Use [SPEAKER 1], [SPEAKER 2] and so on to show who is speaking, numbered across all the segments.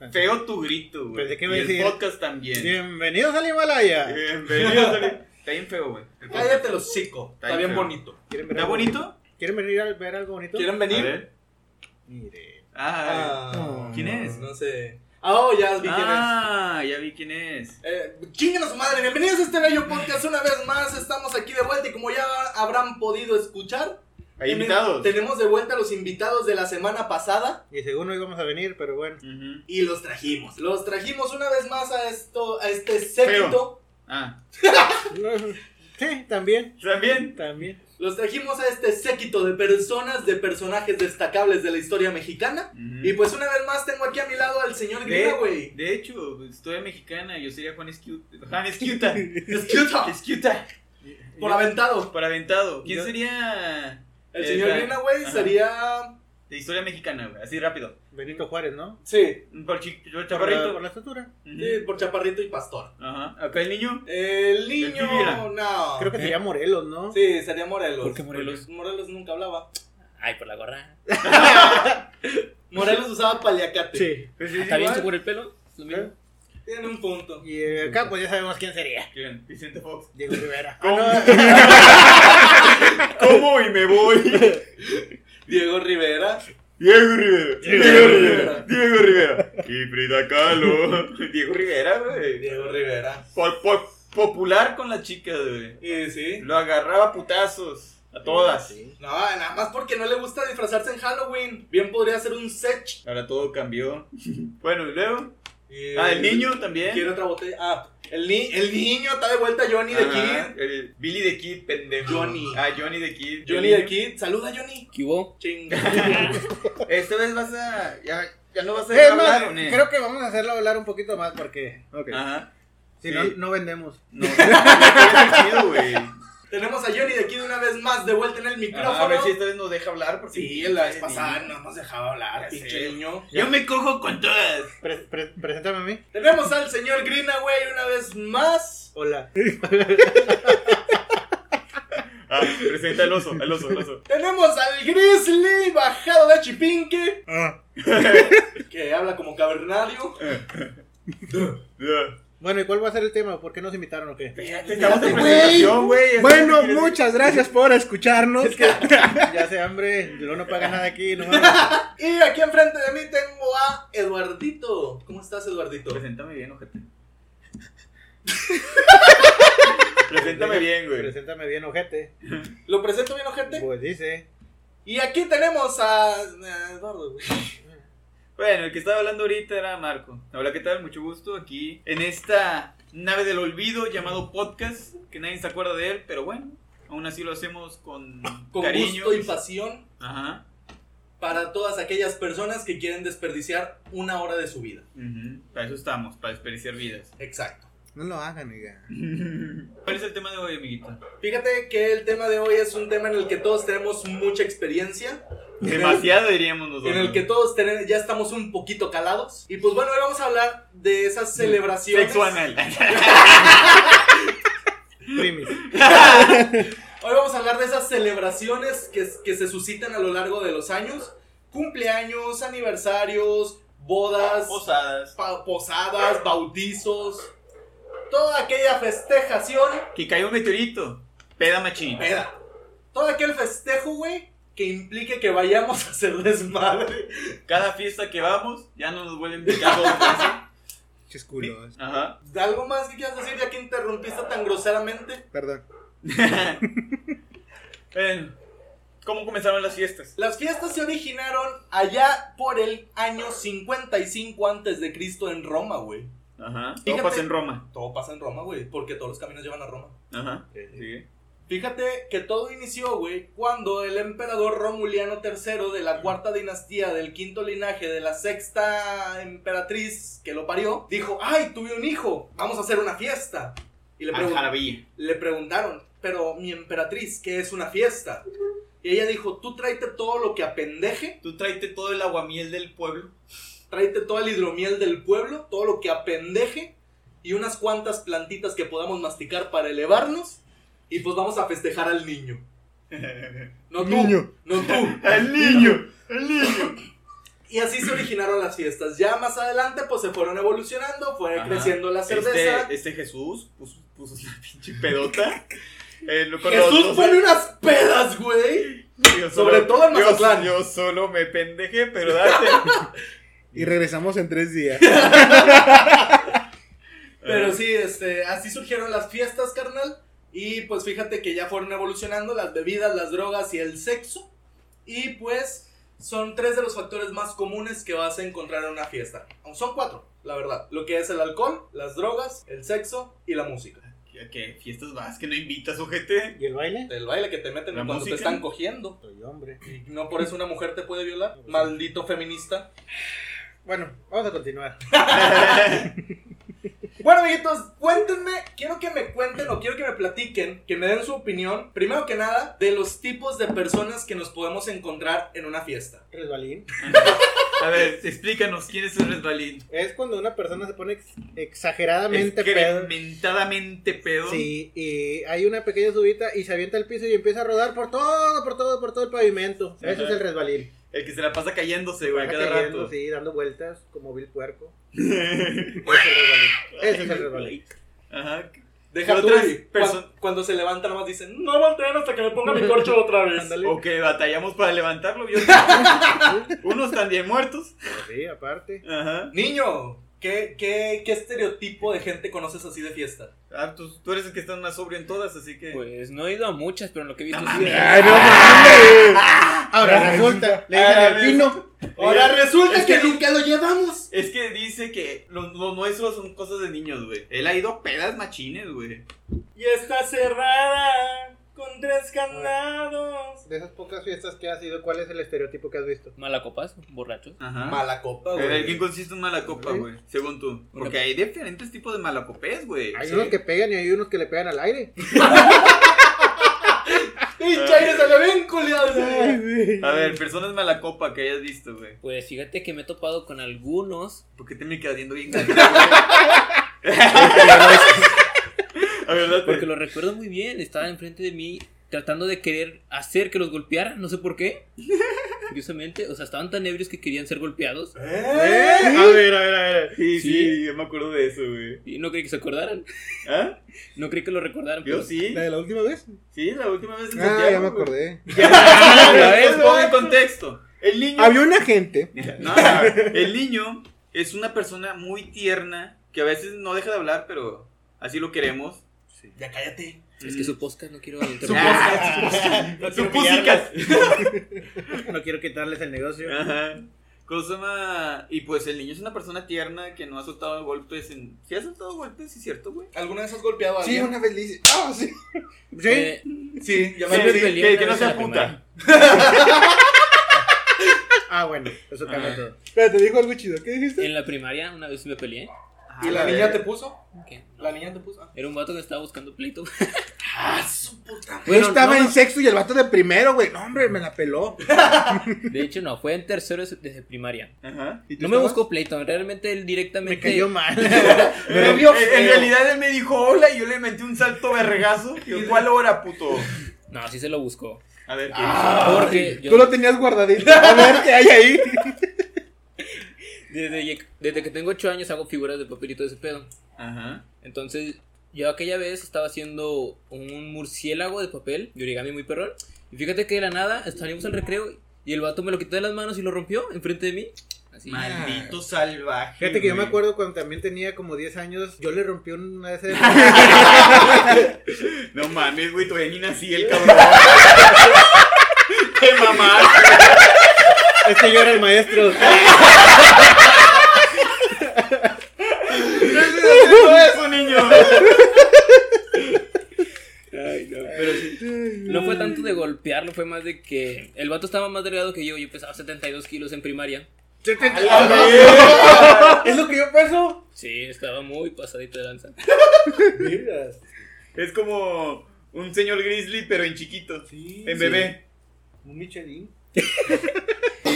[SPEAKER 1] este
[SPEAKER 2] tu grito, güey.
[SPEAKER 3] Pensé que
[SPEAKER 2] y
[SPEAKER 3] iba a
[SPEAKER 2] el
[SPEAKER 3] decir-
[SPEAKER 2] podcast también.
[SPEAKER 3] Bienvenidos al Himalaya.
[SPEAKER 2] Bienvenidos. Ale. Está bien feo, güey. El podcast.
[SPEAKER 1] Cállate los cinco.
[SPEAKER 2] Está
[SPEAKER 1] Está bien
[SPEAKER 2] bien feo.
[SPEAKER 1] bonito.
[SPEAKER 3] ¿Quieren ver
[SPEAKER 2] ¿Está
[SPEAKER 3] algo
[SPEAKER 2] bonito?
[SPEAKER 3] ¿Quieren venir a ver algo bonito?
[SPEAKER 1] ¿Quieren
[SPEAKER 2] A
[SPEAKER 1] venir?
[SPEAKER 2] ver.
[SPEAKER 3] Mire.
[SPEAKER 2] Ah,
[SPEAKER 1] Ah,
[SPEAKER 2] ¿Quién es?
[SPEAKER 1] No sé. Ah, oh, ya vi quién es.
[SPEAKER 2] ah, ya vi quién es.
[SPEAKER 1] Eh, chinguen a su madre, bienvenidos a este bello podcast una vez más, estamos aquí de vuelta y como ya habrán podido escuchar, tenemos-
[SPEAKER 2] Hay invitados.
[SPEAKER 1] tenemos de vuelta a los invitados de la semana pasada
[SPEAKER 3] Y según no íbamos a venir, pero bueno.
[SPEAKER 2] Ujú.
[SPEAKER 1] y los trajimos, los trajimos una vez más a esto, a este séquito,
[SPEAKER 2] Ah,
[SPEAKER 3] Sí, también.
[SPEAKER 2] también.
[SPEAKER 3] También.
[SPEAKER 1] los trajimos a este séquito de personas, de personajes destacables de la historia mexicana
[SPEAKER 2] Ujú.
[SPEAKER 1] y pues una vez más tengo aquí a mi lado al señor Grima,
[SPEAKER 2] de,
[SPEAKER 1] Eh, güey.
[SPEAKER 2] de hecho, historia mexicana, yo sería Juan Esquiuta. Juan Esquiuta.
[SPEAKER 1] Escucha,
[SPEAKER 2] Esquiuta.
[SPEAKER 1] por aventado,
[SPEAKER 2] Por aventado. ¿Quién
[SPEAKER 3] Yo-
[SPEAKER 2] sería
[SPEAKER 1] el
[SPEAKER 2] Eh,
[SPEAKER 1] señor
[SPEAKER 2] claro.
[SPEAKER 1] Grima, güey,
[SPEAKER 2] Ajá.
[SPEAKER 1] sería...
[SPEAKER 2] de historia mexicana, güey? Así rápido.
[SPEAKER 3] Benito Juárez, ¿no?
[SPEAKER 1] Sí,
[SPEAKER 2] Por, chi- por
[SPEAKER 3] Por la,
[SPEAKER 2] chaparrito.
[SPEAKER 3] por la estatura.
[SPEAKER 1] sí,
[SPEAKER 2] Ujú.
[SPEAKER 1] por Chaparrito y Pastor.
[SPEAKER 2] Ajá. Acá el niño.
[SPEAKER 1] El niño,
[SPEAKER 2] El Piñera.
[SPEAKER 1] no.
[SPEAKER 3] Creo que sería Morelos, ¿no?
[SPEAKER 1] Sí, sería Morelos.
[SPEAKER 2] ¿Por qué Morelos?
[SPEAKER 1] Porque Morelos nunca hablaba.
[SPEAKER 4] Ay, por la gorra.
[SPEAKER 1] Morelos usaba paliacate.
[SPEAKER 3] Sí.
[SPEAKER 2] Pues es
[SPEAKER 4] Ah, ¿Está bien
[SPEAKER 2] igual.
[SPEAKER 4] seguro el pelo? Lo mismo.
[SPEAKER 1] Tiene un punto.
[SPEAKER 3] Y eh, acá pues ya sabemos quién sería.
[SPEAKER 2] ¿Quién? Vicente Fox.
[SPEAKER 3] Diego Rivera.
[SPEAKER 2] ¿Cómo?
[SPEAKER 3] Ah,
[SPEAKER 2] ¿Cómo y me voy?
[SPEAKER 1] Diego Rivera.
[SPEAKER 2] Diego Rivera.
[SPEAKER 1] Diego Rivera.
[SPEAKER 2] Diego Rivera. Y Frida Kahlo. Diego Rivera, güey.
[SPEAKER 1] Diego Rivera.
[SPEAKER 2] Po- po- popular con las chicas, güey.
[SPEAKER 1] Y sí.
[SPEAKER 2] Lo agarraba a putazos. A todas.
[SPEAKER 1] No, nada más porque no le gusta disfrazarse en Halloween. Bien podría ser un sech.
[SPEAKER 2] Ahora todo cambió. bueno, y luego.
[SPEAKER 1] Y-
[SPEAKER 2] Ah, el niño también.
[SPEAKER 1] Quiere otra botella. Ah, el, ni- el niño está de vuelta Johnny de
[SPEAKER 2] Ajá,
[SPEAKER 1] Kid.
[SPEAKER 2] el Billy the Kid, pendejo.
[SPEAKER 1] Johnny.
[SPEAKER 2] Ah, Johnny the Kid.
[SPEAKER 1] Johnny de
[SPEAKER 2] El niño.
[SPEAKER 1] Kid. Saluda Johnny.
[SPEAKER 4] ¿Qué hubo?
[SPEAKER 1] Chinga.
[SPEAKER 2] Esta vez vas a. Ya, ya no vas a
[SPEAKER 3] Es más,
[SPEAKER 2] hablar, ¿o no?
[SPEAKER 3] creo que vamos a hacerlo hablar un poquito más porque
[SPEAKER 2] Ajá.
[SPEAKER 3] si
[SPEAKER 2] Ah, Sí.
[SPEAKER 3] no, no vendemos.
[SPEAKER 2] No, no tiene sentido, güey.
[SPEAKER 1] Tenemos a Johnny de Kid una vez más de vuelta en el micrófono.
[SPEAKER 2] Ajá, Ah, A ver si esta vez nos deja hablar. Porque
[SPEAKER 1] Sí, la vez pasada no nos dejaba hablar,
[SPEAKER 2] Ya
[SPEAKER 1] pinche
[SPEAKER 2] sé.
[SPEAKER 1] niño.
[SPEAKER 2] Yo me cojo con todas.
[SPEAKER 3] Pre- pre- preséntame a mí.
[SPEAKER 1] Tenemos al señor Greenaway una vez más.
[SPEAKER 3] Hola.
[SPEAKER 2] Ah, presenta al oso, al oso, al oso.
[SPEAKER 1] Tenemos al Grizzly bajado de Chipinque,
[SPEAKER 2] Ah.
[SPEAKER 1] que habla como cavernario.
[SPEAKER 3] Bueno, ¿y cuál va a ser el tema? ¿Por qué nos invitaron o qué?
[SPEAKER 2] Estamos en
[SPEAKER 3] Güey.
[SPEAKER 2] presentación, güey.
[SPEAKER 5] Bueno,
[SPEAKER 2] Quiere-
[SPEAKER 5] muchas gracias por escucharnos.
[SPEAKER 3] Ya se hambre, yo no paga nada aquí, no mames.
[SPEAKER 1] Y aquí enfrente de mí tengo a Eduardito. ¿Cómo estás, Eduardito?
[SPEAKER 2] Preséntame bien, ojete. Preséntame bien, güey.
[SPEAKER 3] Preséntame bien, ojete.
[SPEAKER 1] ¿Lo presento bien, ojete?
[SPEAKER 3] Pues dice.
[SPEAKER 1] Y aquí tenemos a. a Eduardo, güey.
[SPEAKER 2] Bueno, el que estaba hablando ahorita era Marco. Hola, ¿qué tal? Mucho gusto aquí en esta nave del olvido llamado podcast, que nadie se acuerda de él, pero bueno, aún así lo hacemos con,
[SPEAKER 1] Con
[SPEAKER 2] cariño.
[SPEAKER 1] gusto y pasión
[SPEAKER 2] Ajá.
[SPEAKER 1] para todas aquellas personas que quieren desperdiciar una hora de su vida.
[SPEAKER 2] Ujú, Para eso estamos, para desperdiciar vidas.
[SPEAKER 1] Exacto.
[SPEAKER 5] No lo hagan, oiga.
[SPEAKER 2] ¿Cuál es el tema de hoy, amiguito?
[SPEAKER 1] Fíjate que el tema de hoy es un tema en el que todos tenemos mucha experiencia.
[SPEAKER 2] Demasiado diríamos nosotros.
[SPEAKER 1] en el que todos tenemos, ya estamos un poquito calados. Y pues bueno, hoy vamos a hablar de esas celebraciones.
[SPEAKER 2] Sexo anal.
[SPEAKER 3] Primis.
[SPEAKER 1] Hoy vamos a hablar de esas celebraciones que, que se suscitan a lo largo de los años. Cumpleaños, aniversarios, bodas,
[SPEAKER 2] Posadas.
[SPEAKER 1] pa- posadas, bautizos. Toda aquella festejación.
[SPEAKER 2] Que cayó un meteorito. Peda machín.
[SPEAKER 1] Peda. Todo aquel festejo, güey, que implique que vayamos a hacer desmadre.
[SPEAKER 2] Cada fiesta que vamos, ya no nos vuelven a invitar dos veces.
[SPEAKER 5] Chisculos.
[SPEAKER 2] Ajá.
[SPEAKER 1] ¿Algo más que quieras decir ya que interrumpiste tan groseramente?
[SPEAKER 5] Perdón.
[SPEAKER 2] Bueno, ¿cómo comenzaron las fiestas?
[SPEAKER 1] Las fiestas se originaron allá por el año 55 antes de Cristo en Roma, güey.
[SPEAKER 2] Ajá.
[SPEAKER 1] Fíjate-
[SPEAKER 2] Todo pasó en Roma.
[SPEAKER 1] Todo pasa en Roma, güey, porque todos los caminos llevan a Roma.
[SPEAKER 2] Ajá. Sigue.
[SPEAKER 1] Fíjate que todo inició, güey, cuando el emperador Romuliano III de la cuarta dinastía del quinto linaje de la sexta emperatriz que lo parió, dijo, ay, tuve un hijo, vamos a hacer una fiesta. Y le,
[SPEAKER 2] Al
[SPEAKER 1] pregun-
[SPEAKER 2] Jarabí.
[SPEAKER 1] le preguntaron, pero mi emperatriz, ¿qué es una fiesta? Y ella dijo, tú tráete todo lo que apendeje
[SPEAKER 2] Tú tráete todo el aguamiel del pueblo.
[SPEAKER 1] Tráete todo el hidromiel del pueblo, todo lo que apendeje y unas cuantas plantitas que podamos masticar para elevarnos y pues vamos a festejar al niño. No tú,
[SPEAKER 5] Niño.
[SPEAKER 1] no tú.
[SPEAKER 2] ¡Al niño! ¡Al niño!
[SPEAKER 1] Y así se originaron las fiestas. Ya más adelante, pues se fueron evolucionando, fue
[SPEAKER 2] Ajá.
[SPEAKER 1] creciendo la cerveza.
[SPEAKER 2] Este, este Jesús puso, puso una pinche pedota. Eh, con
[SPEAKER 1] Jesús
[SPEAKER 2] los-
[SPEAKER 1] pone unas pedas, güey.
[SPEAKER 2] yo
[SPEAKER 1] sobre todo en
[SPEAKER 2] yo-
[SPEAKER 1] Mazatlán.
[SPEAKER 2] Yo, solo me pendejé, pero date.
[SPEAKER 5] Y regresamos en tres días.
[SPEAKER 2] Eh.
[SPEAKER 1] Pero sí, este, así surgieron las fiestas, carnal. Y pues fíjate que ya fueron evolucionando las bebidas, las drogas y el sexo. Y pues son tres de los factores más comunes que vas a encontrar en una fiesta. Aun Son cuatro, la verdad. Lo que es el alcohol, las drogas, el sexo y la música.
[SPEAKER 2] ¿A qué fiestas vas? ¿Que no invitas, ojete?
[SPEAKER 3] ¿Y el baile?
[SPEAKER 1] El baile que te meten
[SPEAKER 2] ¿La
[SPEAKER 1] cuando
[SPEAKER 2] música?
[SPEAKER 1] te están cogiendo.
[SPEAKER 3] Soy hombre.
[SPEAKER 1] Y no por eso una mujer te puede violar. Maldito feminista.
[SPEAKER 3] Bueno, vamos a continuar.
[SPEAKER 1] Bueno, amiguitos, cuéntenme, quiero que me cuenten o quiero que me platiquen, que me den su opinión, primero que nada, de los tipos de personas que nos podemos encontrar en una fiesta.
[SPEAKER 3] Resbalín.
[SPEAKER 2] A ver, explícanos, ¿quién es el resbalín?
[SPEAKER 3] Es cuando una persona se pone ex-
[SPEAKER 2] Es
[SPEAKER 3] exageradamente
[SPEAKER 2] que
[SPEAKER 3] pedo.
[SPEAKER 2] mentadamente pedo.
[SPEAKER 3] Sí, y hay una pequeña subida y se avienta al piso y empieza a rodar por todo, por todo, por todo el pavimento.
[SPEAKER 2] Ajá.
[SPEAKER 3] Eso es el resbalín.
[SPEAKER 2] El que se la pasa cayéndose, güey,
[SPEAKER 3] Anda
[SPEAKER 2] cada
[SPEAKER 3] cayendo,
[SPEAKER 2] rato.
[SPEAKER 3] Sí, dando vueltas como vil puerco. Ese es el resbalín. Ese es el resbalín.
[SPEAKER 2] Ajá.
[SPEAKER 1] Deja
[SPEAKER 2] Pero
[SPEAKER 1] tú,
[SPEAKER 2] otras
[SPEAKER 1] güey,
[SPEAKER 2] perso-
[SPEAKER 1] cuan- cuando se levantan, nomás dicen, no volteen hasta que me ponga mi corcho otra vez.
[SPEAKER 3] Ándale.
[SPEAKER 2] O que batallamos para levantarlo. yo- Unos están bien muertos.
[SPEAKER 3] Sí, aparte.
[SPEAKER 2] Ajá.
[SPEAKER 1] Niño, ¿qué, qué, ¿qué estereotipo de gente conoces así de fiesta?
[SPEAKER 2] Ah, tú, tú eres el que está más sobrio en todas, así que.
[SPEAKER 4] Pues no he ido a muchas, pero en lo que he visto
[SPEAKER 3] Ah,
[SPEAKER 4] sí.
[SPEAKER 5] ¡Ay, no mames!
[SPEAKER 3] Ahora
[SPEAKER 5] Ah,
[SPEAKER 3] resulta, le
[SPEAKER 2] ah,
[SPEAKER 3] dicen
[SPEAKER 2] a
[SPEAKER 3] al
[SPEAKER 2] ver.
[SPEAKER 3] pino.
[SPEAKER 1] Ahora resulta
[SPEAKER 2] es que-
[SPEAKER 1] que nunca lo llevamos.
[SPEAKER 2] Es que dice que los, los nuestros son cosas de niños, güey. Él ha ido a pedas machines, güey.
[SPEAKER 1] Y está cerrada con tres candados.
[SPEAKER 3] De esas pocas fiestas que has ido, ¿cuál es el estereotipo que has visto?
[SPEAKER 4] Malacopas, borrachos.
[SPEAKER 2] Ajá.
[SPEAKER 1] Mala copa,
[SPEAKER 2] Pero ¿en
[SPEAKER 1] güey.
[SPEAKER 2] qué consiste un malacopa,
[SPEAKER 3] Sí.
[SPEAKER 2] güey? Según tú. Porque hay diferentes tipos de malacopés, güey.
[SPEAKER 3] Hay
[SPEAKER 2] Sí.
[SPEAKER 3] unos que pegan y hay unos que le pegan al aire.
[SPEAKER 1] ¡Y Chaires se le ven culiados!
[SPEAKER 2] A ver, personas malacopa que hayas visto, güey.
[SPEAKER 4] Pues fíjate que me he topado con algunos.
[SPEAKER 2] Porque te me quedas viendo bien caliente, güey? A ver, date.
[SPEAKER 4] Porque lo recuerdo muy bien. Estaba enfrente de mí tratando de querer hacer que los golpeara. No sé por qué. Curiosamente, o sea, estaban tan ebrios que querían ser golpeados.
[SPEAKER 1] ¿Eh?
[SPEAKER 5] A ver, a ver, a ver.
[SPEAKER 2] Sí, sí,
[SPEAKER 4] Sí.
[SPEAKER 2] yo me acuerdo de eso, güey.
[SPEAKER 4] Y no creí que se acordaran.
[SPEAKER 2] ¿Ah?
[SPEAKER 4] No creí que lo recordaran.
[SPEAKER 2] Yo
[SPEAKER 4] pero-
[SPEAKER 2] sí.
[SPEAKER 5] ¿La de la última vez?
[SPEAKER 2] Sí, la última vez en
[SPEAKER 5] Ah, ya me
[SPEAKER 2] güey.
[SPEAKER 5] acordé.
[SPEAKER 2] Ya ves, pongo en contexto. El niño.
[SPEAKER 5] Había una gente.
[SPEAKER 2] No, el niño es una persona muy tierna que a veces no deja de hablar, pero así lo queremos.
[SPEAKER 1] Ya cállate.
[SPEAKER 4] Es que su podcast no quiero interrumpir.
[SPEAKER 2] Ah,
[SPEAKER 3] No
[SPEAKER 2] Su
[SPEAKER 3] quiero
[SPEAKER 2] pusicas.
[SPEAKER 3] No quiero quitarles el negocio.
[SPEAKER 2] Ajá. ¿Cómo se llama? Y pues el niño es una persona tierna que no ha soltado golpes. En... ¿Sí ha soltado golpes? ¿Sí es cierto, güey?
[SPEAKER 1] ¿Alguna vez has golpeado a
[SPEAKER 5] Sí,
[SPEAKER 1] alguien?
[SPEAKER 5] una vez le hice. ¡Ah, sí!
[SPEAKER 3] Sí.
[SPEAKER 4] Eh,
[SPEAKER 1] Sí, ya
[SPEAKER 4] Sí,
[SPEAKER 2] Que-
[SPEAKER 4] me peleé
[SPEAKER 2] que,
[SPEAKER 4] una
[SPEAKER 2] que no
[SPEAKER 4] vez en
[SPEAKER 2] sea
[SPEAKER 4] la
[SPEAKER 2] puta.
[SPEAKER 3] Ah, bueno, eso cambia
[SPEAKER 2] Ah. Eh,
[SPEAKER 3] todo.
[SPEAKER 5] Pero te dijo algo chido. ¿Qué dijiste?
[SPEAKER 4] en la primaria una vez me peleé.
[SPEAKER 1] ¿Y la niña te puso?
[SPEAKER 4] ¿Qué? No.
[SPEAKER 1] La niña te puso.
[SPEAKER 4] Era un vato que estaba buscando pleito.
[SPEAKER 1] Ah, su puta.
[SPEAKER 5] Yo estaba
[SPEAKER 4] no,
[SPEAKER 5] en sexto y el vato de primero, güey. No, hombre, me la peló.
[SPEAKER 4] De hecho, no, fue en tercero desde- desde primaria.
[SPEAKER 2] Ajá.
[SPEAKER 5] ¿Y tú
[SPEAKER 4] No me
[SPEAKER 5] estabas?
[SPEAKER 4] buscó pleito, realmente él directamente.
[SPEAKER 3] Me cayó mal.
[SPEAKER 2] Pero
[SPEAKER 1] Me vio
[SPEAKER 2] en- en
[SPEAKER 1] feo.
[SPEAKER 2] realidad él me dijo hola y yo le metí un salto berregazo. ¿Y cuál hora, puto?
[SPEAKER 4] No, sí se lo buscó.
[SPEAKER 2] A ver, ¿qué
[SPEAKER 3] Ah.
[SPEAKER 4] Porque yo-
[SPEAKER 5] Tú lo tenías guardadito. A ver qué hay ahí.
[SPEAKER 4] desde, desde que tengo 8 años hago figuras de papelito de ese pedo.
[SPEAKER 2] hizo? Ajá.
[SPEAKER 4] Entonces, yo aquella vez estaba haciendo un murciélago de papel de origami muy perrón. Y fíjate que de la nada salimos al recreo y el vato me lo quitó de las manos y lo rompió enfrente de mí. Así.
[SPEAKER 2] Maldito salvaje.
[SPEAKER 3] Fíjate que yo me
[SPEAKER 2] güey.
[SPEAKER 3] acuerdo cuando también tenía como 10 años, yo le rompí una de esas.
[SPEAKER 2] No mames, güey, todavía ni nací el cabrón. Te mamaste.
[SPEAKER 3] Es que yo era el maestro.
[SPEAKER 2] Todo eso, niño.
[SPEAKER 4] Pero sí, no fue tanto de golpearlo, fue más de que el vato estaba más delgado que yo. Yo pesaba 72 kilos en primaria.
[SPEAKER 3] es lo que yo peso.
[SPEAKER 4] Sí, estaba muy pasadito de lanza.
[SPEAKER 2] Es como un señor grizzly, pero en chiquito.
[SPEAKER 3] Sí.
[SPEAKER 2] En bebé.
[SPEAKER 3] Un Michelin.
[SPEAKER 4] Y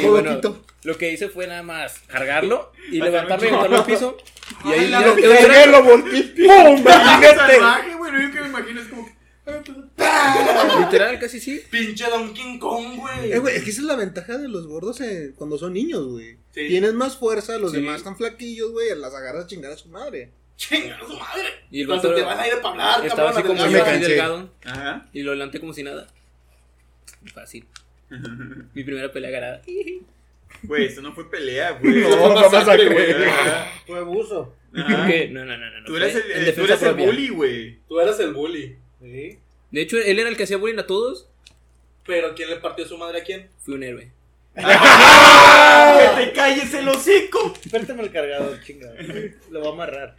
[SPEAKER 5] Todo
[SPEAKER 4] bueno,
[SPEAKER 5] loquito.
[SPEAKER 4] lo que hice fue nada más cargarlo y
[SPEAKER 2] Hacer
[SPEAKER 4] levantarme y
[SPEAKER 2] un
[SPEAKER 4] botarlo al piso. Y ahí ya
[SPEAKER 5] Lo
[SPEAKER 4] me quedé
[SPEAKER 5] cargué, lo volteé. ¡Pum!
[SPEAKER 2] ¡Ah,
[SPEAKER 5] ¡Imagínate!
[SPEAKER 2] salvaje, güey. Yo que me imagino es como. que-
[SPEAKER 4] Literal, casi sí.
[SPEAKER 1] Pinche Don King Kong, güey.
[SPEAKER 5] Eh, güey, es que esa es la ventaja de los gordos eh, cuando son niños, güey.
[SPEAKER 2] Sí.
[SPEAKER 5] Tienes más fuerza, los
[SPEAKER 4] Sí.
[SPEAKER 5] demás están flaquillos, güey, las agarras a chingar a su madre.
[SPEAKER 1] Chinga su madre.
[SPEAKER 4] Y el
[SPEAKER 1] Cuando
[SPEAKER 4] vato
[SPEAKER 1] te van a ir para hablar,
[SPEAKER 4] Estaba así
[SPEAKER 1] cabrón,
[SPEAKER 4] como
[SPEAKER 1] a
[SPEAKER 5] me
[SPEAKER 4] yo,
[SPEAKER 1] la
[SPEAKER 4] así
[SPEAKER 5] cansé.
[SPEAKER 4] delgado.
[SPEAKER 2] Ajá.
[SPEAKER 4] Y lo delante como si nada. Fácil. Mi primera pelea
[SPEAKER 2] Ah.
[SPEAKER 4] ganada.
[SPEAKER 2] Güey, eso no fue pelea, güey.
[SPEAKER 5] No, no masacre, güey.
[SPEAKER 2] Ajá.
[SPEAKER 3] Fue abuso.
[SPEAKER 2] Ajá.
[SPEAKER 4] ¿Qué? No, no, no, no. no.
[SPEAKER 2] Tú eres
[SPEAKER 4] Fue
[SPEAKER 2] el,
[SPEAKER 4] en
[SPEAKER 2] eh, tú
[SPEAKER 4] defensa
[SPEAKER 2] eres el
[SPEAKER 4] propia.
[SPEAKER 2] bully, güey.
[SPEAKER 1] Tú eras el bully.
[SPEAKER 3] Sí.
[SPEAKER 4] De hecho, él era el que hacía bullying a todos.
[SPEAKER 1] Pero ¿quién le partió su madre a quién?
[SPEAKER 4] Fui un héroe.
[SPEAKER 2] ¡Que te calles el hocico!
[SPEAKER 3] Espértame el cargador, chingado. Lo va a amarrar.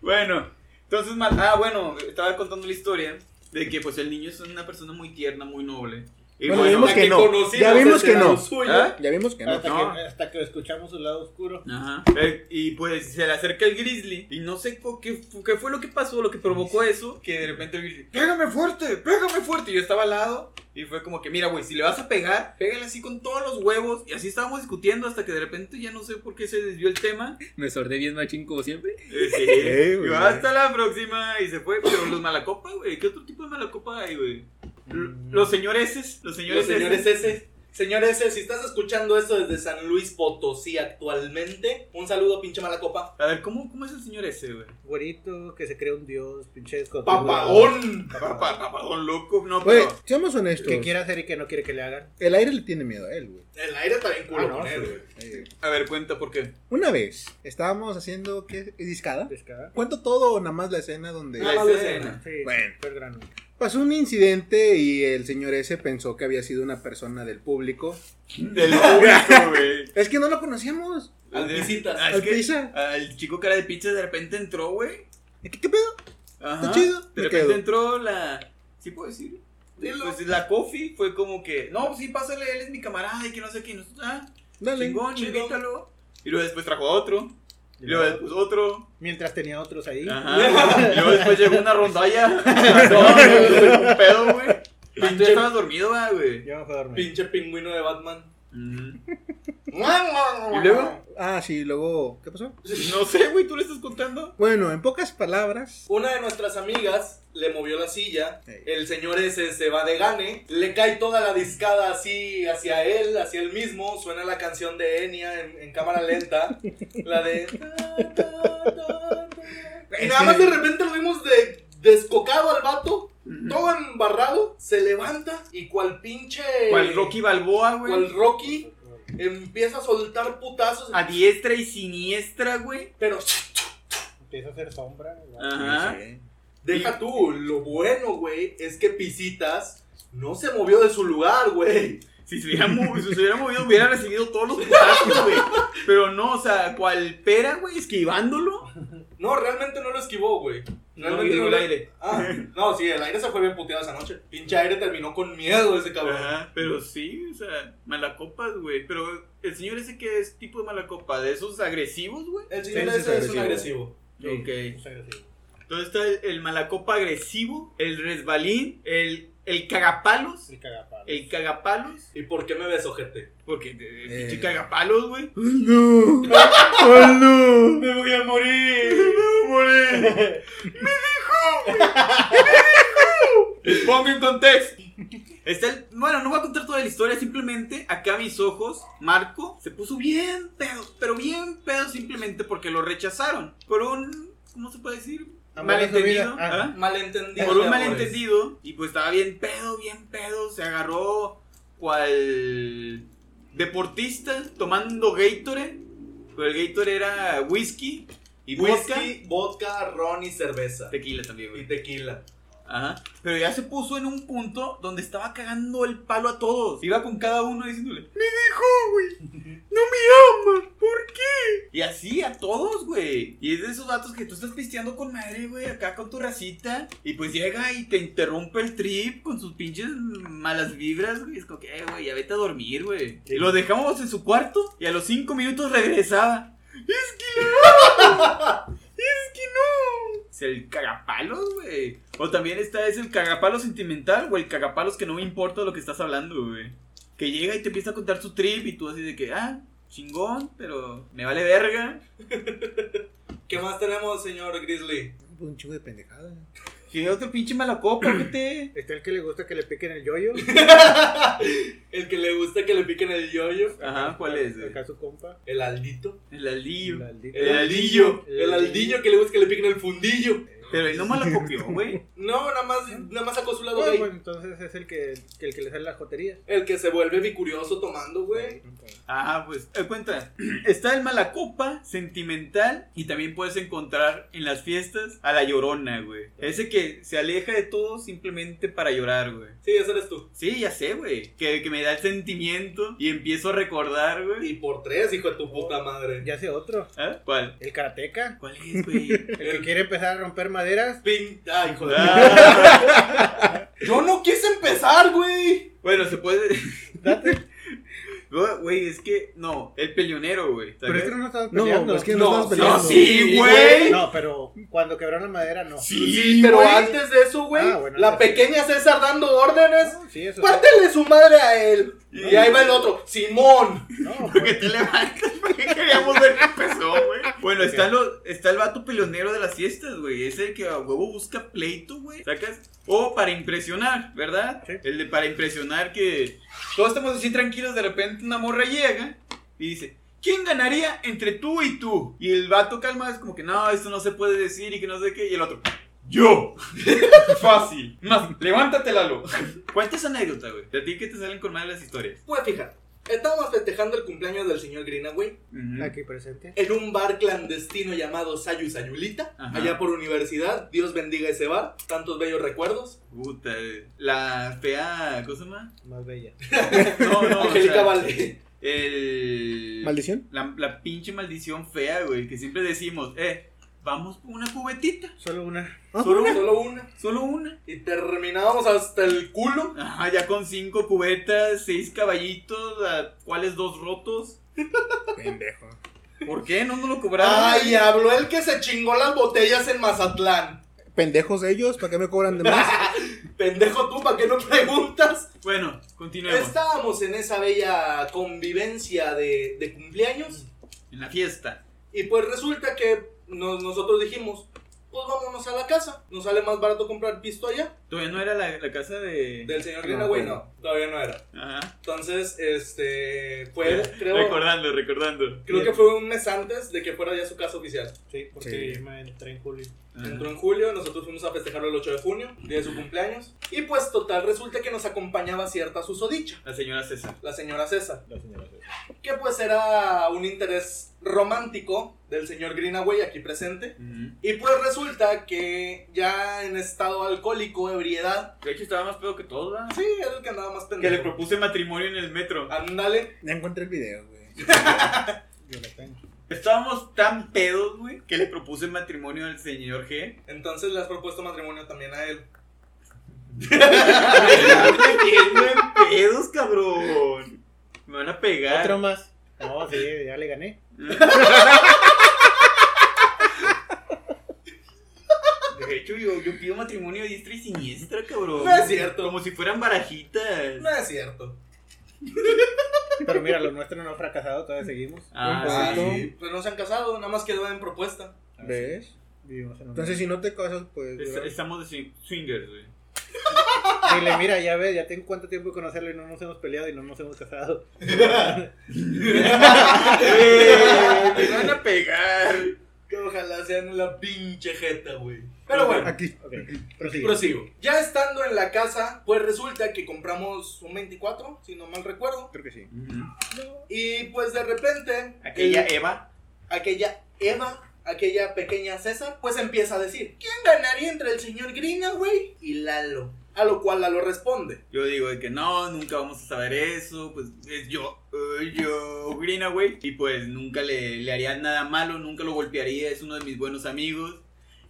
[SPEAKER 2] Bueno, entonces, mal. Ah, bueno, estaba contando la historia de que, pues, el niño es una persona muy tierna, muy noble. Y
[SPEAKER 5] Bueno,
[SPEAKER 2] bueno,
[SPEAKER 5] vimos
[SPEAKER 1] la
[SPEAKER 5] que no.
[SPEAKER 1] conocimos
[SPEAKER 5] Ya vimos
[SPEAKER 1] ese
[SPEAKER 5] que
[SPEAKER 1] era
[SPEAKER 5] no.
[SPEAKER 1] lo suyo.
[SPEAKER 2] ¿Ah?
[SPEAKER 5] Ya vimos que no.
[SPEAKER 3] Hasta,
[SPEAKER 2] no.
[SPEAKER 3] que, hasta que escuchamos el lado oscuro.
[SPEAKER 2] Ajá. Eh, Y pues se le acerca el grizzly. Y no sé co- qué, fu- qué fue lo que pasó, lo que provocó eso. Que de repente el grizzly, pégame fuerte, pégame fuerte. Y yo estaba al lado. Y fue como que, mira, güey, si le vas a pegar, pégale así con todos los huevos. Y así estábamos discutiendo hasta que de repente ya no sé por qué se desvió el tema.
[SPEAKER 4] Me sordé bien machín como siempre.
[SPEAKER 2] Eh, sí.
[SPEAKER 5] Eh, güey.
[SPEAKER 2] Y hasta la próxima. Y se fue. Pero los malacopa, güey. ¿Qué otro tipo de malacopa hay, güey? L- Los señores, los
[SPEAKER 1] Los
[SPEAKER 2] señores,
[SPEAKER 1] señores ese. Señor ese, si estás escuchando esto desde San Luis Potosí actualmente, un saludo, pinche mala copa.
[SPEAKER 2] A ver, ¿cómo, ¿cómo es el señor ese, güey?
[SPEAKER 3] Güerito, que se cree un dios, pinche descontrolado.
[SPEAKER 1] Papadón.
[SPEAKER 2] Papá, papadón loco, no,
[SPEAKER 5] Güey,
[SPEAKER 2] pero.
[SPEAKER 5] seamos honestos.
[SPEAKER 3] Que quiere hacer y que no quiere que le hagan.
[SPEAKER 5] El aire le tiene miedo a él, güey.
[SPEAKER 1] El aire está bien culo
[SPEAKER 3] Ah, no,
[SPEAKER 1] con él,
[SPEAKER 3] sí.
[SPEAKER 1] güey.
[SPEAKER 5] Eh,
[SPEAKER 2] A ver, cuenta por qué.
[SPEAKER 5] Una vez estábamos haciendo, ¿qué? ¿Discada?
[SPEAKER 3] Pescada.
[SPEAKER 5] ¿Cuento todo o nada más la escena donde...
[SPEAKER 2] La
[SPEAKER 1] Ah, vale,
[SPEAKER 2] escena.
[SPEAKER 3] Sí,
[SPEAKER 5] Bueno.
[SPEAKER 3] fue el grano.
[SPEAKER 5] Pasó un incidente y el señor ese pensó que había sido una persona del público.
[SPEAKER 2] Del público, güey.
[SPEAKER 5] Es que no lo conocíamos.
[SPEAKER 1] Las visitas.
[SPEAKER 2] Ah, es
[SPEAKER 5] Al
[SPEAKER 2] que
[SPEAKER 5] pizza.
[SPEAKER 2] Al chico cara de pizza de repente entró, güey.
[SPEAKER 5] ¿Qué, qué pedo?
[SPEAKER 2] Ajá.
[SPEAKER 5] Está chido,
[SPEAKER 2] De
[SPEAKER 5] me
[SPEAKER 2] repente
[SPEAKER 5] quedo.
[SPEAKER 2] entró la. ¿Sí puedo decir? Pues la coffee fue como que. No, pues sí, pásale, él es mi camarada y que no sé qué. y nosotros, ah,
[SPEAKER 5] Dale.
[SPEAKER 2] chingón,
[SPEAKER 1] chingón.
[SPEAKER 2] invítalo. Y luego después trajo a otro. Y luego después otro.
[SPEAKER 3] Mientras tenía otros ahí.
[SPEAKER 2] Ajá. Y luego después llegó una rondalla. No, no, un pedo, güey. Tú ya estabas dormido, ah, güey.
[SPEAKER 3] Yo me fui a dormir.
[SPEAKER 1] Pinche pingüino de Batman.
[SPEAKER 2] Mm.
[SPEAKER 1] ¿Y
[SPEAKER 2] luego?
[SPEAKER 5] Ah, sí, luego... ¿Qué pasó?
[SPEAKER 2] No sé, güey, tú le estás contando.
[SPEAKER 5] Bueno, en pocas palabras...
[SPEAKER 1] Una de nuestras amigas le movió la silla.
[SPEAKER 5] Ey.
[SPEAKER 1] El señor ese se va de gane. Le cae toda la discada así hacia él, hacia él mismo. Suena la canción de Enya en, en cámara lenta. la de. Y nada más de repente lo vimos de descocado al vato. Todo embarrado. Se levanta y cual pinche.
[SPEAKER 2] ¿Cuál Rocky Balboa, güey?
[SPEAKER 1] Cual Rocky. Empieza a soltar putazos.
[SPEAKER 2] A diestra y siniestra, güey.
[SPEAKER 1] Pero
[SPEAKER 3] Empieza a hacer sombra.
[SPEAKER 2] Ah.
[SPEAKER 3] ¿no?
[SPEAKER 2] Ajá.
[SPEAKER 5] Sí.
[SPEAKER 1] Deja tú, lo bueno, güey, es que Pisitas no se movió de su lugar, güey.
[SPEAKER 2] Si se hubiera, mo- si se hubiera movido, hubiera recibido todos los putazos, güey. Pero no, o sea, cual pera, güey, esquivándolo.
[SPEAKER 1] No, realmente no lo esquivó, güey.
[SPEAKER 2] No,
[SPEAKER 1] Realmente
[SPEAKER 2] digo el
[SPEAKER 1] lo-
[SPEAKER 2] aire.
[SPEAKER 1] Ah, no, sí, el aire se fue bien puteado esa noche. Pinche aire terminó con miedo ese
[SPEAKER 2] Ah,
[SPEAKER 1] cabrón.
[SPEAKER 2] Ajá, pero sí, o sea, malacopas, güey. Pero el señor ese que es tipo de malacopa, de esos agresivos, güey.
[SPEAKER 1] El
[SPEAKER 5] Sí,
[SPEAKER 1] señor
[SPEAKER 5] sí,
[SPEAKER 1] ese
[SPEAKER 5] es
[SPEAKER 1] es un agresivo.
[SPEAKER 3] Sí,
[SPEAKER 2] Ok.
[SPEAKER 3] o sea, sí.
[SPEAKER 2] Entonces está el, el malacopa agresivo, el resbalín, el, el cagapalos.
[SPEAKER 3] El cagapalo.
[SPEAKER 2] El cagapalos.
[SPEAKER 1] ¿Y por qué me ves, ojete?
[SPEAKER 2] Porque el
[SPEAKER 5] Eh.
[SPEAKER 2] pinche cagapalos, güey.
[SPEAKER 5] ¡Ay, no! ¡Ay, no!
[SPEAKER 1] ¡Me voy a morir!
[SPEAKER 2] Les pongo en contexto. Está el- bueno, no voy a contar toda la historia, simplemente acá a mis ojos, Marco se puso bien pedo, pero bien pedo simplemente porque lo rechazaron. Por un, ¿cómo se puede decir?
[SPEAKER 3] Amor de su
[SPEAKER 2] malentendido.
[SPEAKER 3] vida. Ah.
[SPEAKER 2] ¿ah?
[SPEAKER 1] Malentendido.
[SPEAKER 2] Por un
[SPEAKER 1] de amores.
[SPEAKER 2] malentendido. Y pues estaba bien pedo, bien pedo. Se agarró cual deportista tomando Gatorade. Pero el Gatorade era whisky y vodka.
[SPEAKER 1] Whisky, vodka, ron y cerveza.
[SPEAKER 2] Tequila también, güey.
[SPEAKER 1] Y tequila.
[SPEAKER 2] Ajá. Pero ya se puso en un punto donde estaba cagando el palo a todos. Iba con cada uno diciéndole, me dejó, güey. No me ama. ¿Por qué? Y así a todos, güey. Y es de esos datos que tú estás pisteando con madre, güey, acá con tu racita. Y pues llega y te interrumpe el trip con sus pinches malas vibras, güey. Es como que, "Eh, güey, ya vete a dormir, güey. Y lo dejamos en su cuarto y a los cinco minutos regresaba. Es que no. Es que no. Es el cagapalos, güey. O también está es el cagapalos sentimental o el cagapalos que no me importa lo que estás hablando, güey. Que llega y te empieza a contar su trip y tú así de que, ah, chingón, pero me vale verga.
[SPEAKER 1] ¿Qué más tenemos, señor Grizzly?
[SPEAKER 5] Un chingo de pendejada.
[SPEAKER 2] Sí, otro pinche malacopa, ojete.
[SPEAKER 3] Está el que le gusta que le piquen el yoyo.
[SPEAKER 1] El que le gusta que le piquen el yoyo.
[SPEAKER 2] Ajá, ¿cuál es? güey?
[SPEAKER 3] Acá su compa.
[SPEAKER 1] El aldito.
[SPEAKER 2] El
[SPEAKER 3] el
[SPEAKER 2] alillo.
[SPEAKER 3] Aldito.
[SPEAKER 1] El aldillo. El aldillo que le gusta que le piquen el fundillo.
[SPEAKER 2] Pero él no malacopió, güey.
[SPEAKER 1] No, nada más, nada más sacó su lado
[SPEAKER 3] Ah,
[SPEAKER 1] gay.
[SPEAKER 3] bueno, entonces es el que, que el que le sale la jotería.
[SPEAKER 1] El que se vuelve bicurioso tomando, güey.
[SPEAKER 2] Ah, pues, eh, cuenta. Está el malacopa, sentimental, y también puedes encontrar en las fiestas a la llorona, güey. Ese que se aleja de todo simplemente para llorar, güey.
[SPEAKER 1] Sí, ese eres tú.
[SPEAKER 2] Sí, ya sé, güey. Que, que me da el sentimiento y empiezo a recordar,
[SPEAKER 1] Y
[SPEAKER 2] güey.
[SPEAKER 1] por tres, hijo de tu puta madre.
[SPEAKER 3] Ya hace otro.
[SPEAKER 2] ¿Ah? ¿Cuál?
[SPEAKER 3] El karateca.
[SPEAKER 2] ¿Cuál es, güey?
[SPEAKER 3] El que quiere empezar a romper maderas.
[SPEAKER 1] Pin. Ay, hijo de.
[SPEAKER 2] Ah,
[SPEAKER 1] Yo no quise empezar, güey.
[SPEAKER 2] bueno, se puede. Güey, Güey, es que. No, el peleonero, güey.
[SPEAKER 3] Pero es que no nos estamos
[SPEAKER 5] No,
[SPEAKER 3] peleando.
[SPEAKER 5] es que este no, estamos
[SPEAKER 1] No,
[SPEAKER 5] peleando.
[SPEAKER 2] no, sí, güey.
[SPEAKER 3] No, pero cuando quebraron la madera, no.
[SPEAKER 2] Sí,
[SPEAKER 1] Pero
[SPEAKER 2] güey.
[SPEAKER 1] antes de eso, güey,
[SPEAKER 3] Ah, bueno,
[SPEAKER 1] la
[SPEAKER 3] antes.
[SPEAKER 1] pequeña César dando órdenes.
[SPEAKER 3] No, sí, eso.
[SPEAKER 1] Pártele su madre a él. Y
[SPEAKER 2] No.
[SPEAKER 1] ahí va el otro, Simón.
[SPEAKER 3] No,
[SPEAKER 2] Porque
[SPEAKER 3] pues,
[SPEAKER 2] te levantas, porque queríamos ver qué empezó, güey. Bueno, está, lo- está el vato peleonero de las fiestas, güey. Es el que a huevo busca pleito, güey. ¿Sacas? O para impresionar, ¿verdad?
[SPEAKER 3] Sí.
[SPEAKER 2] El de para impresionar que todos estamos así tranquilos, de repente una morra llega y dice, ¿quién ganaría entre tú y tú? Y el vato calma es como que, no, esto no se puede decir y que no sé qué. Y el otro, yo. Fácil. Más, levántate, Lalo. Cuéntanos anécdota, güey. De ti que te salen con mal las historias.
[SPEAKER 1] Pues fíjate, estábamos festejando el cumpleaños del señor Greenaway
[SPEAKER 2] Ujú.
[SPEAKER 3] aquí presente.
[SPEAKER 1] en un bar clandestino llamado Sayo y Sayulita,
[SPEAKER 2] Ajá.
[SPEAKER 1] allá por universidad. Dios bendiga ese bar, tantos bellos recuerdos.
[SPEAKER 2] Puta, eh, la fea, ¿cómo se llama?
[SPEAKER 3] Más bella.
[SPEAKER 2] No, no, o
[SPEAKER 1] Angélica
[SPEAKER 2] sea,
[SPEAKER 1] Valdés.
[SPEAKER 2] El...
[SPEAKER 5] ¿Maldición?
[SPEAKER 2] La, la pinche maldición fea, güey, que siempre decimos, eh, vamos por una cubetita,
[SPEAKER 3] Solo una.
[SPEAKER 5] Ah,
[SPEAKER 1] Solo, solo una.
[SPEAKER 2] solo una.
[SPEAKER 1] Y terminábamos hasta el culo.
[SPEAKER 2] Ajá, ya con cinco cubetas, seis caballitos, a- ¿cuáles dos rotos?
[SPEAKER 5] Pendejo.
[SPEAKER 2] ¿Por qué? No nos lo cobraron.
[SPEAKER 1] Ay, habló el que se chingó las botellas en Mazatlán.
[SPEAKER 5] Pendejos ellos, ¿para qué me cobran de más?
[SPEAKER 1] Pendejo tú, ¿para qué no preguntas?
[SPEAKER 2] Bueno, continuemos.
[SPEAKER 1] Estábamos en esa bella convivencia de, de cumpleaños
[SPEAKER 2] En la fiesta.
[SPEAKER 1] y pues resulta que nos- nosotros dijimos, pues vámonos a la casa, nos sale más barato comprar pisto allá.
[SPEAKER 2] Todavía no era la, la casa de...
[SPEAKER 1] Del señor
[SPEAKER 5] No,
[SPEAKER 1] Greenaway
[SPEAKER 2] pues.
[SPEAKER 5] bueno.
[SPEAKER 1] no, todavía no era.
[SPEAKER 2] Ajá.
[SPEAKER 1] Entonces, este, fue, creo,
[SPEAKER 2] Recordando, recordando.
[SPEAKER 1] creo que fue un mes antes de que fuera ya su casa oficial.
[SPEAKER 3] Sí, porque yo me entré en julio.
[SPEAKER 2] Ajá.
[SPEAKER 1] Entró en julio, nosotros fuimos a festejarlo el 8 de junio, día de su cumpleaños. Y pues total, resulta que nos acompañaba cierta susodicha,
[SPEAKER 2] La señora César.
[SPEAKER 1] la señora César.
[SPEAKER 3] La señora César.
[SPEAKER 1] que pues era un interés romántico del señor Greenaway aquí presente.
[SPEAKER 2] Ujú.
[SPEAKER 1] Y pues resulta que ya en estado alcohólico, ebriedad,
[SPEAKER 2] De hecho, estaba más pedo que todo, ¿verdad?
[SPEAKER 1] sí, era el que andaba más
[SPEAKER 2] Que le
[SPEAKER 1] pendejo.
[SPEAKER 2] propuse matrimonio en el metro.
[SPEAKER 1] Ándale,
[SPEAKER 5] Ya encontré el video, güey.
[SPEAKER 3] Yo la tengo.
[SPEAKER 2] Estábamos tan pedos, güey, que le propuse matrimonio al señor G.
[SPEAKER 1] entonces le has propuesto matrimonio también a él.
[SPEAKER 2] Metiendo en pedos, cabrón. Me van a pegar.
[SPEAKER 3] Otro más. No, sí, ya le gané.
[SPEAKER 2] De hecho, yo, yo pido matrimonio a diestra y siniestra, cabrón.
[SPEAKER 1] No es cierto.
[SPEAKER 2] Como si fueran barajitas.
[SPEAKER 1] No es cierto.
[SPEAKER 3] Pero mira, lo nuestro no ha fracasado, todavía seguimos.
[SPEAKER 2] Ah,
[SPEAKER 5] Ah,
[SPEAKER 2] sí.
[SPEAKER 1] Sí, pues no se han casado, nada más quedó en propuesta.
[SPEAKER 5] ¿Ves?
[SPEAKER 3] Vivimos en un.
[SPEAKER 5] Entonces, si no te casas, pues.
[SPEAKER 2] Es-
[SPEAKER 5] güey.
[SPEAKER 2] estamos de swing- swingers, güey.
[SPEAKER 3] Dile, mira, ya ves, ya tengo cuánto tiempo de conocerlo y no nos hemos peleado y no nos hemos casado.
[SPEAKER 2] Eh, Me van a pegar.
[SPEAKER 1] Que ojalá sean la pinche jeta, güey. Pero bueno.
[SPEAKER 5] Aquí.
[SPEAKER 3] Ok, prosigue.
[SPEAKER 1] Prosigo. Ya estando en la casa, pues resulta que compramos un 24, si no mal recuerdo.
[SPEAKER 5] Creo que sí.
[SPEAKER 1] Y pues de repente.
[SPEAKER 2] Aquella
[SPEAKER 1] el-
[SPEAKER 2] Eva.
[SPEAKER 1] aquella Eva, aquella pequeña César, pues empieza a decir, ¿quién ganaría entre el señor Greenaway y Lalo? A lo cual Lalo responde,
[SPEAKER 2] Yo digo de que no, nunca vamos a saber eso, pues es yo, eh, yo, Greenaway, y pues nunca le, le haría nada malo, nunca lo golpearía, es uno de mis buenos amigos.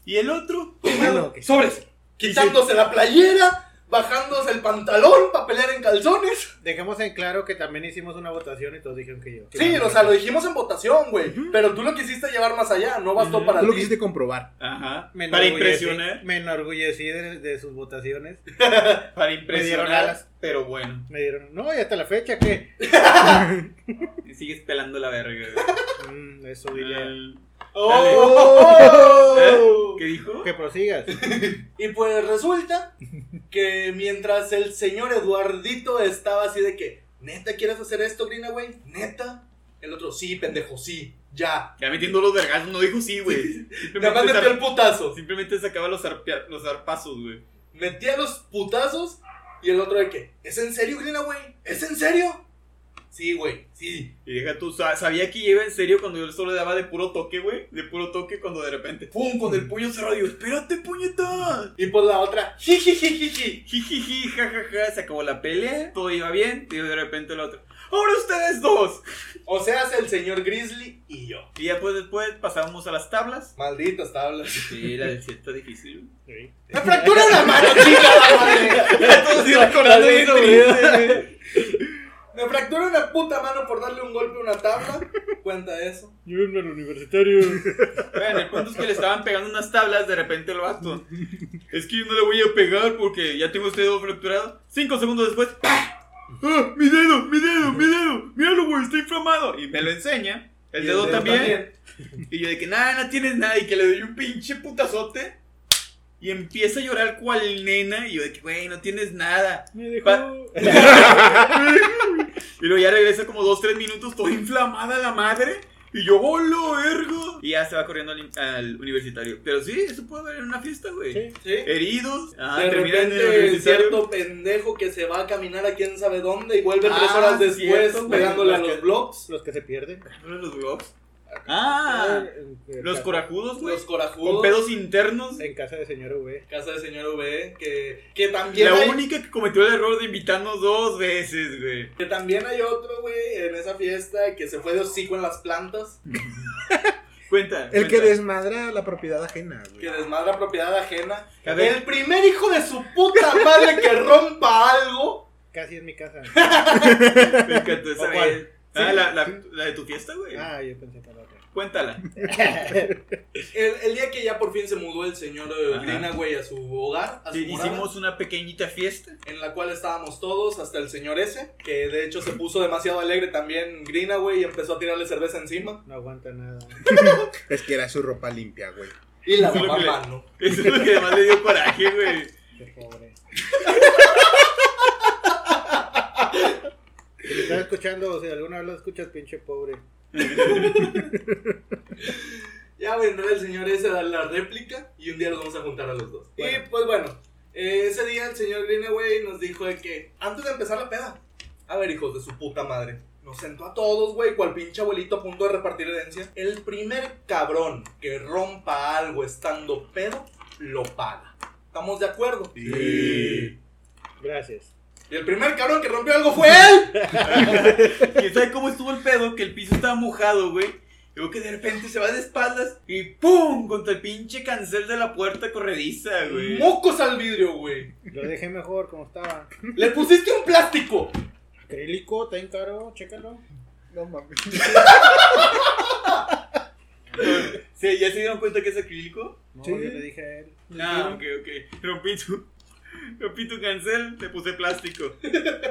[SPEAKER 2] Y el otro,
[SPEAKER 5] Bueno, que-
[SPEAKER 1] sobres, quitándose la playera, bajándose el pantalón para pelear en calzones.
[SPEAKER 3] Dejemos en claro que también hicimos una votación y todos dijeron que yo.
[SPEAKER 1] Sí, o sea, lo dijimos en votación, güey, pero tú lo quisiste llevar más allá, no bastó
[SPEAKER 2] Ujú.
[SPEAKER 1] para
[SPEAKER 5] Tú lo
[SPEAKER 1] ti.
[SPEAKER 5] quisiste comprobar.
[SPEAKER 2] ajá,
[SPEAKER 3] Me
[SPEAKER 2] para
[SPEAKER 3] enorgullece-
[SPEAKER 2] impresionar,
[SPEAKER 3] Me ennorgullecí de, de sus votaciones.
[SPEAKER 2] para
[SPEAKER 3] dieron
[SPEAKER 2] impresionar,
[SPEAKER 3] alas.
[SPEAKER 2] pero bueno,
[SPEAKER 3] Me dieron, no, y hasta la fecha que.
[SPEAKER 2] y sigues pelando la verga. güey.
[SPEAKER 3] Mm, eso dile.
[SPEAKER 2] El- ¡Oh! ¿Qué
[SPEAKER 1] Ah.
[SPEAKER 2] dijo?
[SPEAKER 3] Que prosigas.
[SPEAKER 1] ¿Eh? Y pues resulta que mientras el señor Eduardito estaba así de que, ¿neta quieres hacer esto, Greenaway? ¿Neta? El otro, sí, pendejo, sí, ya.
[SPEAKER 2] Ya metiendo los vergazos, no dijo sí, güey.
[SPEAKER 1] Nada más
[SPEAKER 2] Simplemente,
[SPEAKER 1] metió el
[SPEAKER 2] zar-
[SPEAKER 1] putazo.
[SPEAKER 2] simplemente sacaba los, zarpea- los zarpazos, güey.
[SPEAKER 1] Metía los putazos y el otro de que, ¿es en serio, Greenaway? ¿Es en serio? Sí, güey, sí.
[SPEAKER 2] Y deja tú, sa- sabía que iba en serio cuando yo solo le daba de puro toque, güey. De puro toque cuando de repente, ¡pum! Con el puño cerrado, yo, espérate, puñeta.
[SPEAKER 1] Y pues la otra, jijijijiji.
[SPEAKER 2] Jijiji, jajaja, se acabó la pelea, todo iba bien. Y de repente el otro, ¡ahora ustedes dos!
[SPEAKER 1] O sea, es el señor Grizzly y yo.
[SPEAKER 2] Y ya pues después pasábamos a las tablas.
[SPEAKER 1] Malditas tablas.
[SPEAKER 2] Sí, la del sí está difícil.
[SPEAKER 1] ¡Me fractura la mano, chica! madre!
[SPEAKER 2] Todos sí recordando bien triste, güey.
[SPEAKER 1] Me fractura una puta mano por darle un golpe a una tabla. Cuenta eso.
[SPEAKER 3] Llévenme al universitario.
[SPEAKER 2] Bueno, el punto es que le estaban pegando unas tablas de repente el vato. Es que yo no le voy a pegar porque ya tengo este dedo fracturado. Cinco segundos después, ¡pah! ¡Ah, ¡Mi dedo, mi dedo, mi dedo! ¡Míralo, güey! ¡Está inflamado! Y me lo enseña. El,
[SPEAKER 1] Y
[SPEAKER 2] dedo, también. Y yo de que nada, no tienes nada. Y que le doy un pinche putazote. Y empieza a llorar cual nena. Y yo de que, güey, no tienes nada.
[SPEAKER 3] Me dejó.
[SPEAKER 2] Pa- Y luego ya regresa como dos, tres minutos, toda inflamada la madre. Y yo, ¡holo, vergo! Y ya se va corriendo al, al universitario. Pero sí, eso puede haber en una fiesta, güey.
[SPEAKER 3] Sí.
[SPEAKER 1] Sí.
[SPEAKER 2] Heridos. Ah,
[SPEAKER 1] de
[SPEAKER 2] terminan en el
[SPEAKER 1] repente
[SPEAKER 2] universitario.
[SPEAKER 1] cierto pendejo que se va a caminar a quién sabe dónde y vuelve
[SPEAKER 2] Ah,
[SPEAKER 1] tres horas después
[SPEAKER 2] cierto, güey.
[SPEAKER 1] pegándole a
[SPEAKER 2] Los
[SPEAKER 1] los
[SPEAKER 2] que-
[SPEAKER 1] blogs.
[SPEAKER 3] Los que se pierden.
[SPEAKER 2] Los blogs. Ah, los corajudos, güey.
[SPEAKER 1] Los corajudos.
[SPEAKER 2] Con pedos internos.
[SPEAKER 3] En casa de señora V.
[SPEAKER 1] Casa del señor V. Que, que también
[SPEAKER 2] La
[SPEAKER 1] hay,
[SPEAKER 2] única que cometió el error de invitarnos dos veces, güey.
[SPEAKER 1] que también hay otro, güey, en esa fiesta que se fue de hocico en las plantas.
[SPEAKER 2] Cuenta.
[SPEAKER 5] El que
[SPEAKER 2] cuenta.
[SPEAKER 5] desmadra la propiedad ajena, güey.
[SPEAKER 1] Que desmadra propiedad ajena.
[SPEAKER 2] A ver.
[SPEAKER 1] El primer hijo de su puta madre que rompa algo.
[SPEAKER 3] Casi es mi casa.
[SPEAKER 2] Me encantó esa,
[SPEAKER 3] ¿O cuál?
[SPEAKER 2] güey. Ah, la, la- la de tu fiesta, güey.
[SPEAKER 3] Ah, yo pensé para la otra.
[SPEAKER 2] Cuéntala.
[SPEAKER 1] El, el día que ya por fin se mudó el señor eh,
[SPEAKER 2] Ajá.
[SPEAKER 1] Greenaway a su hogar, a su
[SPEAKER 2] Sí,
[SPEAKER 1] morada,
[SPEAKER 2] hicimos una pequeñita fiesta.
[SPEAKER 1] en la cual estábamos todos, hasta el señor ese, que de hecho se puso demasiado alegre también Greenaway y empezó a tirarle cerveza encima.
[SPEAKER 3] No aguanta nada.
[SPEAKER 5] Es que era su ropa limpia, güey.
[SPEAKER 1] Y la
[SPEAKER 2] Eso es lo
[SPEAKER 1] mamá
[SPEAKER 2] que le-
[SPEAKER 1] mano.
[SPEAKER 2] Eso es lo que además le dio coraje, güey.
[SPEAKER 3] Qué pobre. Si lo estás escuchando, o si alguna vez lo escuchas, pinche pobre.
[SPEAKER 1] Ya vendrá el señor ese a dar la réplica y un día los vamos a juntar a los dos.
[SPEAKER 3] Bueno.
[SPEAKER 1] Y pues bueno, eh, ese día el señor Greenaway nos dijo de que antes de empezar la peda, a ver hijos de su puta madre, nos sentó a todos, güey, cual pinche abuelito a punto de repartir herencia. El primer cabrón que rompa algo estando pedo, lo paga. ¿Estamos de acuerdo?
[SPEAKER 3] Gracias.
[SPEAKER 1] Y el primer cabrón que rompió algo fue él.
[SPEAKER 2] ¿Quién sabe cómo estuvo el pedo? Que el piso estaba mojado, güey. Luego que de repente se va de espaldas y ¡pum! Contra el pinche cancel de la puerta corrediza, güey.
[SPEAKER 1] Mocos al vidrio, güey.
[SPEAKER 3] Lo dejé mejor como estaba.
[SPEAKER 1] Le pusiste un plástico.
[SPEAKER 3] Acrílico, está bien caro, chécalo.
[SPEAKER 5] No mames.
[SPEAKER 2] Sí, ¿Ya se dieron cuenta que es acrílico?
[SPEAKER 3] No,
[SPEAKER 5] Sí.
[SPEAKER 3] yo le dije a él.
[SPEAKER 2] Ah, ok, ok. Rompí tu, rompí tu cancel, te puse plástico.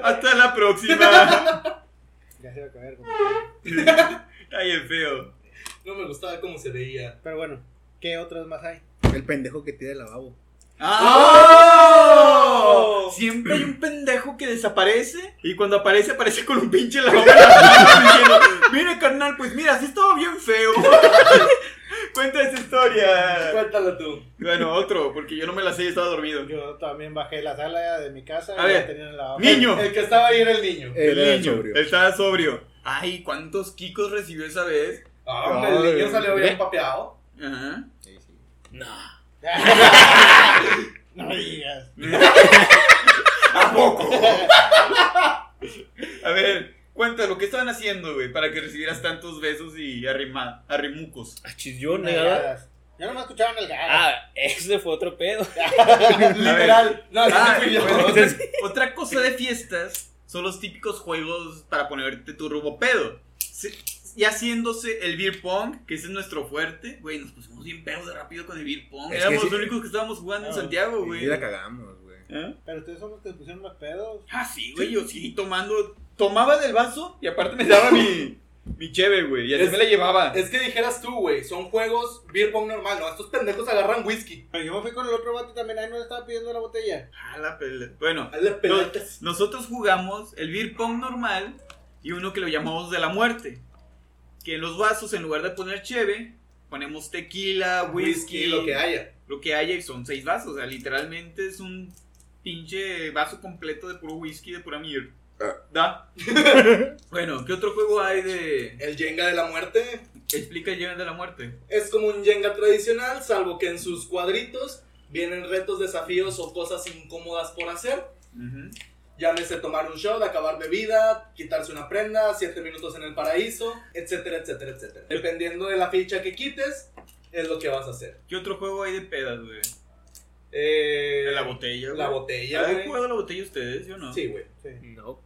[SPEAKER 2] Hasta la próxima.
[SPEAKER 3] Ya se va a caer. como-
[SPEAKER 2] Está bien feo.
[SPEAKER 1] No me gustaba cómo se veía.
[SPEAKER 3] Pero bueno, ¿qué otros más hay?
[SPEAKER 5] El pendejo que tira el lavabo.
[SPEAKER 2] ¡Ah! ¡Oh! Siempre hay un pendejo que desaparece y cuando aparece, aparece con un pinche lavabo en la mano diciendo, Mira, carnal, pues mira, sí estaba bien feo. Cuenta esa historia.
[SPEAKER 1] Cuéntalo tú.
[SPEAKER 2] Bueno, otro, porque yo no me la sé, yo estaba dormido.
[SPEAKER 3] Yo también bajé la sala de mi casa.
[SPEAKER 2] A
[SPEAKER 3] y
[SPEAKER 2] ver,
[SPEAKER 3] ya tenían la
[SPEAKER 2] Niño,
[SPEAKER 1] El que estaba ahí era el niño.
[SPEAKER 5] Era
[SPEAKER 2] el niño,
[SPEAKER 5] sobrio.
[SPEAKER 2] estaba sobrio. Ay, ¿cuántos kikos recibió esa vez?
[SPEAKER 1] Ah, hombre, el niño
[SPEAKER 5] Ay,
[SPEAKER 1] salió
[SPEAKER 5] ve.
[SPEAKER 1] bien papeado.
[SPEAKER 2] Ajá.
[SPEAKER 4] Nah.
[SPEAKER 3] No digas.
[SPEAKER 2] ¿A poco? A ver, cuéntalo, ¿qué estaban haciendo, güey? Para que recibieras tantos besos y arrima- arrimucos.
[SPEAKER 4] Ah, chis, yo negada.
[SPEAKER 3] Nalgadas. Yo no me escuchaba nalgadas.
[SPEAKER 4] Ah, ese fue otro pedo.
[SPEAKER 1] Literal. No, ese
[SPEAKER 2] Ah,
[SPEAKER 1] fui yo.
[SPEAKER 2] bueno, otra, otra cosa de fiestas son los típicos juegos para ponerte tu rubo pedo. Se- y haciéndose el beer pong, que ese es nuestro fuerte, güey, nos pusimos bien pedos de rápido con el beer pong.
[SPEAKER 5] Es que
[SPEAKER 2] Éramos
[SPEAKER 5] sí.
[SPEAKER 2] los únicos que estábamos jugando en
[SPEAKER 3] Ah,
[SPEAKER 2] Santiago,
[SPEAKER 5] Y
[SPEAKER 2] güey.
[SPEAKER 5] la cagamos, güey.
[SPEAKER 2] ¿Eh?
[SPEAKER 3] Pero ustedes son los que pusieron los pedos.
[SPEAKER 2] Ah, sí, güey, yo sí tomando. Tomaba del vaso y aparte me daba mi, mi cheve, güey. Y así
[SPEAKER 1] Es-
[SPEAKER 2] me la llevaba.
[SPEAKER 1] Es que dijeras tú, güey, son juegos beer pong normal, no, estos pendejos agarran whisky.
[SPEAKER 3] Yo me fui con el otro vato también, ahí no le estaba pidiendo la botella.
[SPEAKER 2] Ah, la pele- Bueno,
[SPEAKER 1] Hazle pelotas.
[SPEAKER 2] nosotros jugamos el beer pong normal y uno que lo llamamos de la muerte. Que en los vasos, en lugar de poner cheve, ponemos tequila, whisky,
[SPEAKER 1] Whisky, lo que haya.
[SPEAKER 2] lo que haya, y son seis vasos. O sea, literalmente es un pinche vaso completo de puro whisky, de pura mierda. ¿Da? bueno, ¿qué otro juego hay de.
[SPEAKER 1] El Jenga de la muerte
[SPEAKER 2] Explica el Lleven de la Muerte?
[SPEAKER 1] es como un Jenga tradicional, salvo que en sus cuadritos vienen retos, desafíos o cosas incómodas por hacer.
[SPEAKER 2] Ujú.
[SPEAKER 1] Llámese tomar un shot, acabar bebida, quitarse una prenda, siete minutos en el paraíso, etcétera, etcétera, etcétera. Dependiendo de la ficha que quites, es lo que vas a hacer.
[SPEAKER 2] ¿Qué otro juego hay de pedas, güey?
[SPEAKER 1] Eh,
[SPEAKER 2] De la botella,
[SPEAKER 1] La
[SPEAKER 2] güey.
[SPEAKER 1] botella,
[SPEAKER 2] ¿Han
[SPEAKER 1] güey.
[SPEAKER 2] jugado a la botella ustedes? Yo no.
[SPEAKER 1] Sí, güey.
[SPEAKER 4] No.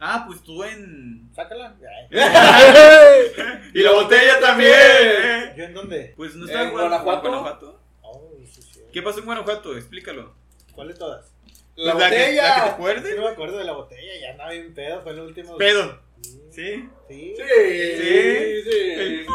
[SPEAKER 2] Ah, pues tú en.
[SPEAKER 3] Sácala. Ay,
[SPEAKER 2] y la botella también.
[SPEAKER 3] ¿Yo en dónde?
[SPEAKER 2] Pues no estaba
[SPEAKER 1] ¿En
[SPEAKER 2] jugando-
[SPEAKER 1] Guanajuato?
[SPEAKER 2] en Guanajuato.
[SPEAKER 3] Oh, sí, sí.
[SPEAKER 2] ¿Qué pasó en Guanajuato? Explícalo.
[SPEAKER 3] ¿Cuál de todas?
[SPEAKER 1] La
[SPEAKER 2] Pues Que, la que te
[SPEAKER 1] botella.
[SPEAKER 3] Sí,
[SPEAKER 2] acuerdes.
[SPEAKER 3] no me acuerdo de la botella, ya andaba bien pedo, fue el último.
[SPEAKER 2] Pedo.
[SPEAKER 3] Sí.
[SPEAKER 2] Sí.
[SPEAKER 3] Sí.
[SPEAKER 1] Sí, sí.
[SPEAKER 2] El-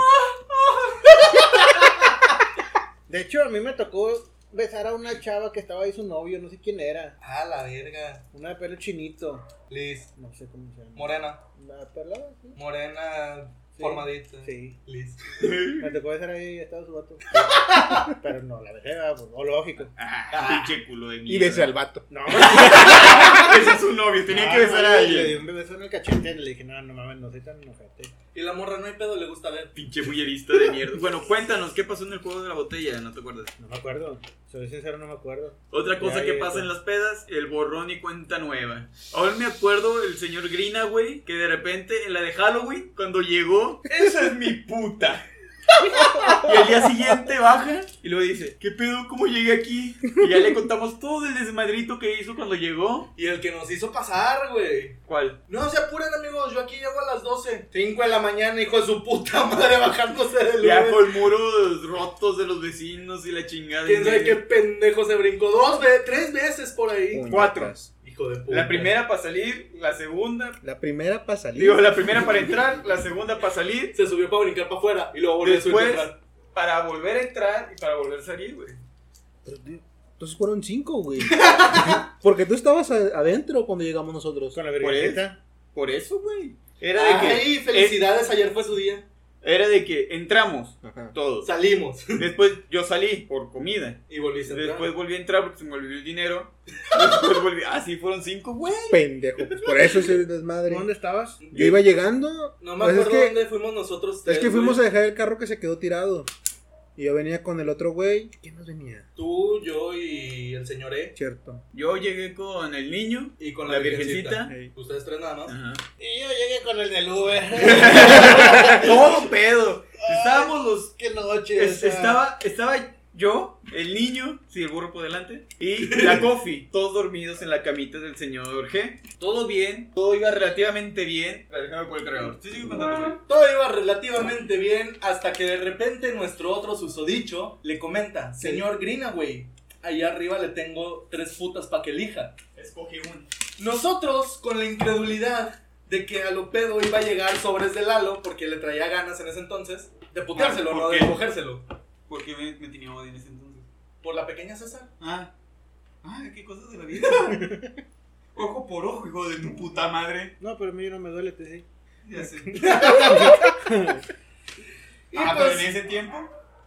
[SPEAKER 3] De hecho, a mí me tocó besar a una chava que estaba ahí su novio, no sé quién era.
[SPEAKER 1] Ah, la verga.
[SPEAKER 3] Una de pelo chinito.
[SPEAKER 1] Liz.
[SPEAKER 3] No sé cómo se llama.
[SPEAKER 1] Morena.
[SPEAKER 3] La pelada, sí.
[SPEAKER 1] Morena
[SPEAKER 3] Sí.
[SPEAKER 1] formadita.
[SPEAKER 3] Sí.
[SPEAKER 1] Liz.
[SPEAKER 3] Me tocó besar ahí y estaba su vato. Pero no, la besé, va, pues, no, lógico.
[SPEAKER 2] Ah, pinche culo de mierda.
[SPEAKER 5] Y besé al vato.
[SPEAKER 3] No,
[SPEAKER 2] Ese es su novio, tenía
[SPEAKER 3] no,
[SPEAKER 1] Ah,
[SPEAKER 2] que besar
[SPEAKER 3] no,
[SPEAKER 2] a
[SPEAKER 3] Le di
[SPEAKER 2] alguien.
[SPEAKER 3] un beso en el cachete y le dije, no, no mames, no soy tan enojate.
[SPEAKER 1] Y la morra no hay pedo, le gusta ver.
[SPEAKER 2] Pinche bullerista de mierda. Bueno, cuéntanos, ¿qué pasó en el juego de la botella? No te acuerdas.
[SPEAKER 3] No me acuerdo. Soy sincero, no me acuerdo.
[SPEAKER 2] Otra cosa
[SPEAKER 3] Ya,
[SPEAKER 2] que
[SPEAKER 3] ya,
[SPEAKER 2] pasa
[SPEAKER 3] ya.
[SPEAKER 2] en las pedas, el borrón y cuenta nueva. Aún me acuerdo el señor Grina, güey, que de repente en la de Halloween, cuando llegó, esa es mi puta. Y al día siguiente baja y luego dice, ¿qué pedo? ¿Cómo llegué aquí? Y ya le contamos todo el desmadrito que hizo cuando llegó.
[SPEAKER 1] Y el que nos hizo pasar, güey.
[SPEAKER 2] ¿Cuál?
[SPEAKER 1] No se apuren, amigos. Yo aquí llego a las 12. 5 de la mañana, hijo de su puta madre, bajándose del
[SPEAKER 2] Ya
[SPEAKER 1] Uber.
[SPEAKER 2] con muros rotos de los vecinos y la chingada.
[SPEAKER 1] ¿Quién sabe
[SPEAKER 2] Y-
[SPEAKER 1] qué pendejo se brincó? Dos, ve- tres veces por ahí.
[SPEAKER 2] Cuatro.
[SPEAKER 1] Hijo de puta.
[SPEAKER 2] La primera para salir, la segunda...
[SPEAKER 5] La primera para salir.
[SPEAKER 2] Digo, la primera para entrar, la segunda para salir,
[SPEAKER 1] Se subió para brincar para afuera y luego volvió a subir
[SPEAKER 2] Después-
[SPEAKER 1] para atrás.
[SPEAKER 2] para volver a entrar y para volver a salir, güey.
[SPEAKER 5] Pero, di- Entonces fueron cinco, güey. Porque tú estabas a- adentro cuando llegamos nosotros.
[SPEAKER 3] Con la
[SPEAKER 2] Por eso,
[SPEAKER 3] vergüenza.
[SPEAKER 2] por eso, güey. Ah, Era de que
[SPEAKER 1] Ay, felicidades, ayer fue su día.
[SPEAKER 2] era de que entramos
[SPEAKER 5] Ajá.
[SPEAKER 2] todos.
[SPEAKER 1] Salimos
[SPEAKER 2] Después yo salí por comida.
[SPEAKER 1] y volviste a entrar.
[SPEAKER 2] Después volví a entrar porque se me olvidó el dinero. Después volví, ah, sí, fueron cinco, güey.
[SPEAKER 5] Pendejo. Pues por eso ese desmadre.
[SPEAKER 3] ¿Dónde estabas?
[SPEAKER 5] Yo iba llegando.
[SPEAKER 1] No me
[SPEAKER 5] pues
[SPEAKER 1] acuerdo
[SPEAKER 5] es que,
[SPEAKER 1] dónde fuimos nosotros.
[SPEAKER 5] es que fuimos a dejar el carro que se quedó tirado. Y yo venía con el otro güey. ¿Quién nos venía?
[SPEAKER 1] Tú, yo y el señor E.
[SPEAKER 5] Cierto.
[SPEAKER 2] Yo llegué con el niño.
[SPEAKER 1] Y con la,
[SPEAKER 2] La
[SPEAKER 1] virgencita.
[SPEAKER 2] virgencita.
[SPEAKER 5] Ey.
[SPEAKER 1] Ustedes tres nada más.
[SPEAKER 2] Ajá.
[SPEAKER 3] Y yo llegué con el del Uber.
[SPEAKER 2] Todo pedo. Estábamos los.
[SPEAKER 3] Qué noche.
[SPEAKER 2] es- estaba, estaba yo, el niño, sí, el burro por delante, y la coffee, todos dormidos en la camita del señor G. Todo bien, todo iba relativamente bien. Déjame por el cargador. Sí, sí, mandando, güey.
[SPEAKER 1] Todo iba relativamente bien hasta que de repente nuestro otro susodicho le comenta, señor Greenaway, allá arriba le tengo tres putas para que elija.
[SPEAKER 2] Escogí uno.
[SPEAKER 1] Nosotros, con la incredulidad de que a lo pedo iba a llegar sobres de Lalo, porque le traía ganas en ese entonces, de puteárselo,
[SPEAKER 2] Ah, ¿por
[SPEAKER 1] no de
[SPEAKER 2] qué?
[SPEAKER 1] cogérselo.
[SPEAKER 2] Porque me, me tenía odio en ese entonces.
[SPEAKER 1] Por la pequeña César.
[SPEAKER 2] Ah. Ah, qué cosas de la vida. ojo por ojo, hijo de tu puta madre.
[SPEAKER 3] No, pero a mí no me duele, te sí.
[SPEAKER 2] Ya sé.
[SPEAKER 1] Y
[SPEAKER 2] Ah, pero en
[SPEAKER 1] pues,
[SPEAKER 2] ese tiempo.